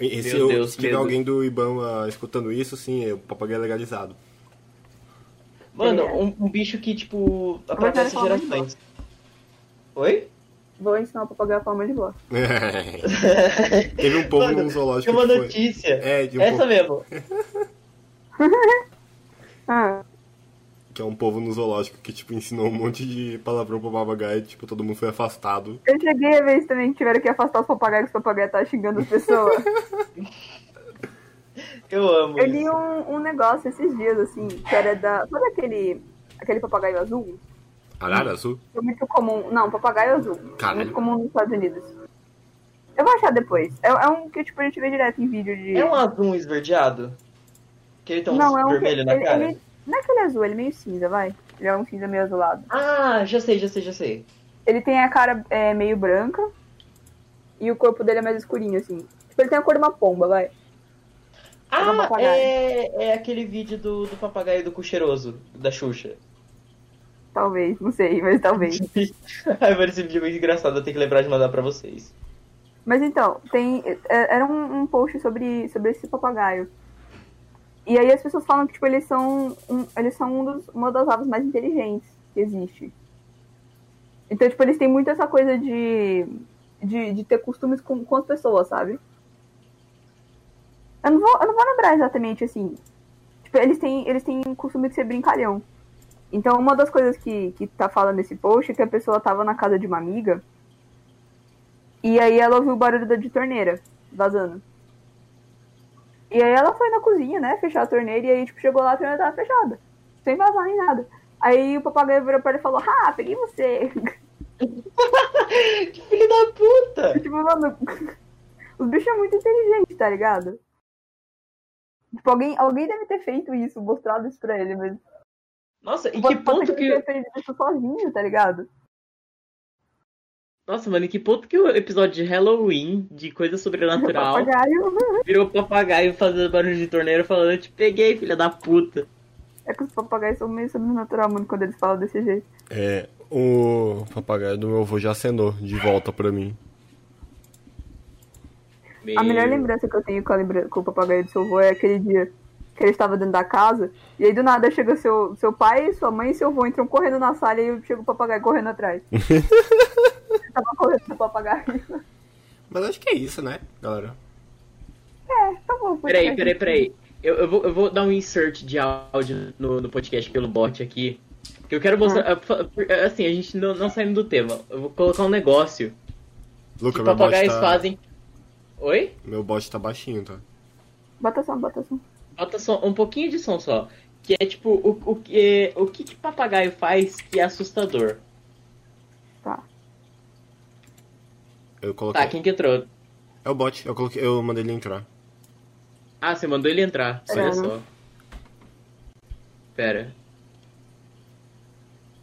C: E, e se,
A: Meu
C: eu,
A: Deus,
C: se tiver
A: Pedro.
C: alguém do Ibama escutando isso, sim, é o papagaio legalizado.
A: Mano,
B: É.
A: um, um bicho que, tipo, atravessa
B: falar mais
A: gerações. Oi?
B: Vou ensinar o papagaio a forma de voar.
C: Teve um povo
A: Mano,
C: num zoológico
A: Tinha uma
C: que foi.
A: notícia.
C: É, de um
A: Essa
C: povo-
A: mesmo.
B: Ah,
C: Que é um povo no zoológico que, tipo, ensinou um monte de palavrão pro papagaio, tipo, todo mundo foi afastado.
B: eu cheguei a ver isso também, que tiveram que afastar os papagaios, que os papagaios estavam xingando as pessoas.
A: Eu amo.
B: Eu
A: isso.
B: li um, um negócio esses dias, assim, que era da. Sabe aquele, aquele papagaio azul?
A: Hum.
C: Arara azul?
B: É muito comum. Não, papagaio azul.
C: Caralho.
B: Muito comum nos Estados Unidos. Eu vou achar depois. É, é um que tipo, a gente vê direto em vídeo de.
A: É um azul esverdeado? Que ele tem um
B: Não, é um
A: vermelho na
B: ele,
A: cara?
B: ele- não é aquele azul, ele é meio cinza, vai. Ele é um cinza meio azulado.
A: Ah, já sei, já sei, já sei.
B: Ele tem a cara é, meio branca e o corpo dele é mais escurinho, assim. Tipo, ele tem a cor de uma pomba, vai. É um
A: Ah,
B: papagaio.
A: é, é aquele vídeo do, do papagaio do cu cheiroso, da Xuxa.
B: Talvez, não sei, mas talvez.
A: Ai, mano, esse vídeo é muito engraçado, eu tenho que lembrar de mandar pra vocês.
B: Mas então, tem. é- Era um, um post sobre, sobre esse papagaio. E aí as pessoas falam que, tipo, eles são, um, eles são um dos- uma das aves mais inteligentes que existe. Então, tipo, eles têm muito essa coisa de. de, de ter costumes com, com as pessoas, sabe? Eu não, vou, eu não vou lembrar exatamente assim. Tipo, eles têm, eles têm costume de ser brincalhão. Então, uma das coisas que, que tá falando nesse post é que a pessoa tava na casa de uma amiga e aí ela ouviu o barulho da de torneira vazando. E aí ela foi na cozinha, né? Fechar a torneira e aí, tipo, chegou lá, a torneira tava fechada. Sem vazar nem nada. Aí o papagaio virou pra ela e falou, ah, peguei você.
A: Que filho da puta!
B: tipo, mano, os bichos é muito inteligente, tá ligado? Tipo, alguém, alguém deve ter feito isso, mostrado isso pra ele, mas.
A: Nossa, e
B: Pode-
A: que
B: pode
A: ponto
B: ser ele
A: que...
B: tenha feito isso sozinho, tá ligado?
A: Nossa, mano, e que ponto que o episódio de Halloween, de coisa
B: O
A: sobrenatural,
B: papagaio.
A: virou papagaio fazendo barulho de torneira falando, eu te peguei, filha da puta.
B: É que os papagaios são meio sobrenatural, mano, quando eles falam desse jeito.
C: É, o papagaio do meu avô já acenou de volta pra mim.
B: A
A: Meu.
B: melhor lembrança que eu tenho com, a lembra- com o papagaio do seu avô é aquele dia que ele estava dentro da casa, e aí do nada chega seu, seu pai, sua mãe e seu avô entram correndo na sala e aí chega o papagaio correndo atrás. Ele tava correndo do papagaio.
C: Mas acho que é isso, né, galera?
B: É, tá bom. foi
A: Peraí,
B: certo.
A: peraí, peraí. Eu, eu, vou, eu vou dar um insert de áudio no, no podcast pelo bot aqui. Que eu quero mostrar. ah, Assim, a gente não, não saindo do tema. Eu vou colocar um negócio
C: Luca,
A: que
C: meu bot,
A: papagaios
C: tá,
A: fazem. Oi?
C: meu bot tá baixinho, tá?
B: Bota som, bota som.
A: Bota só um pouquinho de som só. Que é tipo, o, o, que, o que, que papagaio faz que é assustador?
B: Tá.
C: Eu coloquei.
A: Tá, quem que entrou?
C: É o bot, eu coloquei, eu mandei ele entrar.
A: Ah, você mandou ele entrar. Olha
B: Pera,
A: só. Pera.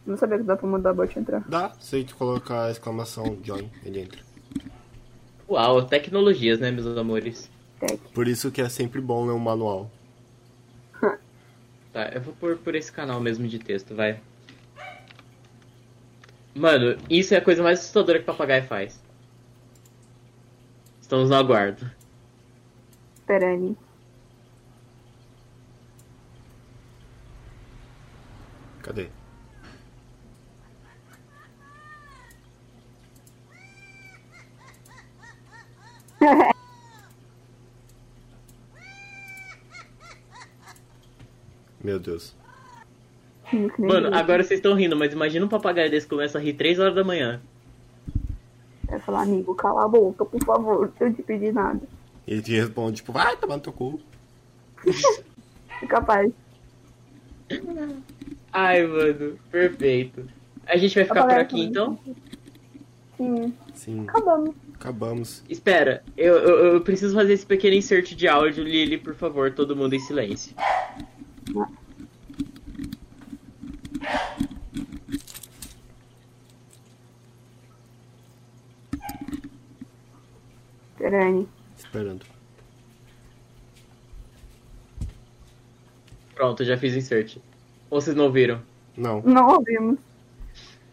B: Não sabia que dá pra mudar a bot entrar.
C: Dá, se tu colocar a exclamação join, ele entra.
A: Uau, tecnologias, né, meus amores?
B: Tec.
C: Por isso que é sempre bom ler um manual.
A: Tá, eu vou pôr por esse canal mesmo de texto, vai. Mano, isso é a coisa mais assustadora que papagaio faz. Estamos no aguardo.
B: Perani.
C: Cadê? Meu Deus.
B: Sim, que nem
A: Mano,
B: ele.
A: agora vocês estão rindo, mas imagina um papagaio desse que começa a rir 3 horas da manhã.
B: Vai falar, amigo, cala a boca, por favor, eu não te pedi nada.
C: Ele te responde, tipo, vai tomar no teu cu.
B: Fica capaz.
A: Ai, mano, perfeito. A gente vai ficar por
B: Papagaio
A: aqui
B: também.
A: então?
B: Sim,
C: Sim.
B: acabamos.
C: Acabamos.
A: Espera, eu, eu, eu preciso fazer esse pequeno insert de áudio, Lili, por favor, todo mundo em silêncio.
B: Peraí.
C: Esperando.
A: Pronto, já fiz o insert. Ou vocês não ouviram?
C: Não.
B: Não ouvimos.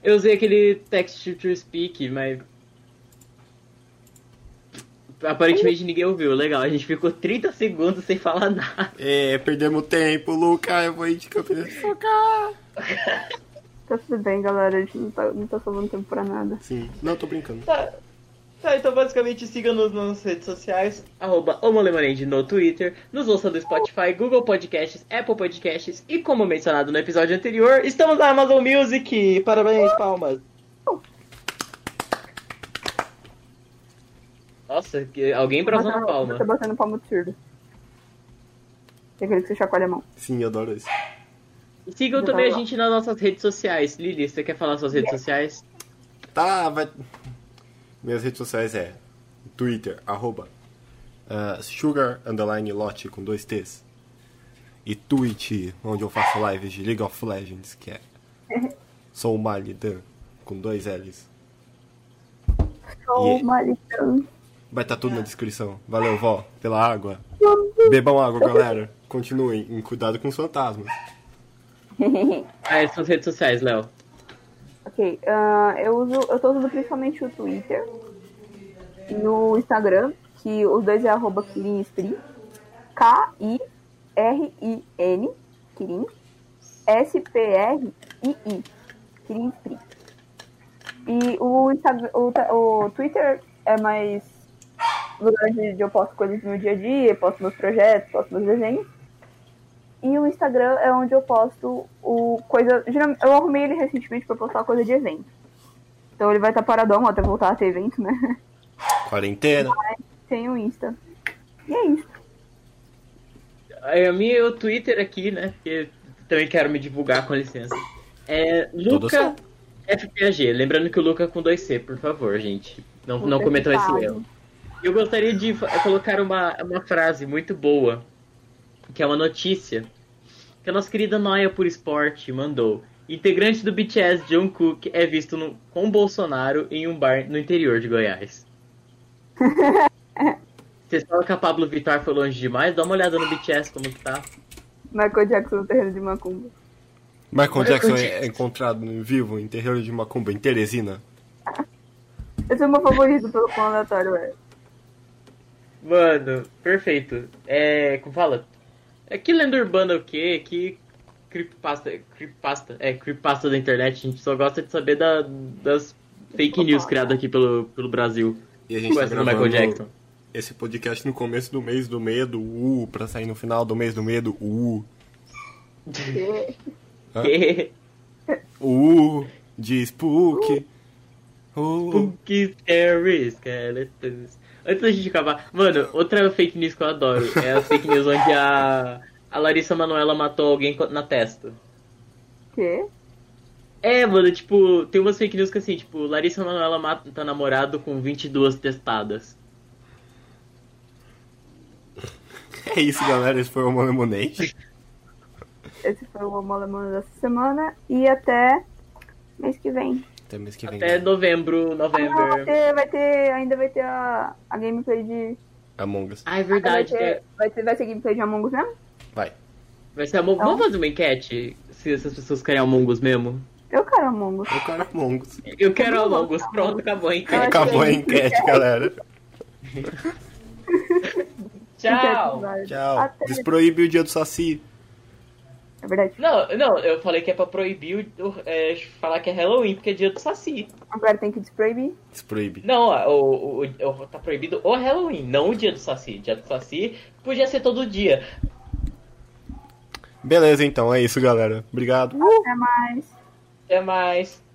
A: Eu usei aquele text to speak, mas. Aparentemente ninguém ouviu, legal. A gente ficou 30 segundos sem falar nada.
C: É, perdemos tempo, Luca. Eu vou ir de campeão.
B: Tá tudo bem, galera. A gente não tá, não tá salvando tempo pra nada.
C: Sim. Não, tô brincando.
A: Tá. Tá, então basicamente siga-nos nas nossas redes sociais, arroba Homolemonade no Twitter, nos ouça do Spotify, Google Podcasts, Apple Podcasts e como mencionado no episódio anterior, estamos na Amazon Music! Parabéns, palmas! Nossa, que- alguém pra usar
B: Batendo-
A: palma.
B: Tá batendo palma absurda. É aquele que você chacoalha a mão.
C: Sim, eu adoro isso.
A: E Sigam também a gente nas nossas redes sociais. Lili, você quer falar suas redes sociais?
C: Tá, vai. Minhas redes sociais é Twitter, arroba ah, Sugar Underline Lot com dois T's. E Twitch, onde eu faço lives de League of Legends, que é Sou Malidan com dois L's.
B: Sou
C: E-
B: maritão.
C: Vai estar tudo na descrição. Valeu, vó, pela água. Bebam água, galera. Continuem. em Cuidado com os fantasmas.
A: Ah, essas são as redes sociais, Léo.
B: Ok, ah, eu uso, eu tô usando principalmente o Twitter e o Instagram, que os dois é arroba Kirin Spring, K-I-R-I-N, Kirin, S-P-R-I-I, Kirin Spring. E o, Instagram, o, ta- o Twitter é mais lugar onde eu posto coisas do meu dia a dia, posto meus projetos, posto meus desenhos. E o Instagram é onde eu posto o coisa. geral- Eu arrumei ele recentemente pra postar coisa de evento. Então ele vai estar paradão até voltar a ter evento, né?
C: Quarentena.
B: Tem o Insta. E é isso.
A: Aí, A minha o Twitter aqui, né? Porque também quero me divulgar, com licença. É
C: Tudo
A: Luca
C: certo.
A: FPAG. Lembrando que o Luca é com 2C, por favor, gente. Não,
B: Vou
A: não
B: ter
A: cometam esse
B: cuidado.
A: erro. Eu gostaria de fa- colocar uma, uma frase muito boa, que é uma notícia, que a nossa querida Noia por Esporte mandou. Integrante do BTS, John Cook, é visto no- com Bolsonaro em um bar no interior de Goiás. Vocês falam que a Pablo Vittar foi longe demais? Dá uma olhada no BTS como que tá.
B: Michael Jackson no terreno de Macumba.
C: Michael
A: Michael
C: Jackson é
A: Jackson.
C: encontrado em vivo em terreiro de Macumba, em Teresina.
B: Esse é o meu favorito pelo pão aleatório, é.
A: Mano, perfeito. É. Como fala? É que lenda urbana é o quê? Que creepypasta. Creepypasta. É, creepypasta da internet. A gente só gosta de saber da- das fake news criadas aqui pelo, pelo Brasil.
C: E a gente
A: Com
C: tá
A: essa do é Michael
C: gravando
A: Jackson.
C: esse podcast no começo do mês do medo, uh, pra sair no final do mês do medo, uh, Hã? uh, de spook, uh.
A: Spooky Scary Skeletons. Antes da gente acabar, mano, outra fake news que eu adoro é a fake news onde a, a Larissa Manoela matou alguém co- na testa.
B: Quê?
A: É, mano, tipo, tem umas fake news que assim, tipo, Larissa Manoela mata namorado com 22 testadas.
C: É isso, galera, esse foi o Mano Lemonade.
B: Esse foi o Amor Alemão dessa semana. E até mês que vem.
C: Até mês que vem.
A: Até novembro,
B: Ah, vai
A: novembro.
B: ter, vai ter, ainda vai ter a, a gameplay de.
C: Among Us.
A: Ah, é
B: Ah,
A: verdade.
B: Vai
A: né?
B: ter, vai ter, vai ter gameplay de Among Us mesmo?
C: Vai.
A: Vai ser Among
B: Então.
A: Vamos fazer uma enquete? Se essas pessoas querem Among Us mesmo?
B: Eu quero Among Us.
C: Eu quero é Among Us.
A: Eu quero Among Us. Pronto, acabou a
B: Ah,
A: enquete.
C: Acabou a enquete, galera.
A: Tchau!
C: Tchau.
B: Então, assim, Até.
C: Desproíbe o dia do Saci.
B: É verdade.
A: Não, não, eu falei que é pra proibir o- é, falar que é Halloween, porque é dia do Saci.
B: Agora tem que desproibir.
C: Desproíbe.
A: Não, o, o- o- tá proibido o Halloween, não o dia do Saci. Dia do Saci podia ser todo dia.
C: Beleza, então, é isso, galera. Obrigado.
B: Até mais.
A: É, Até mais.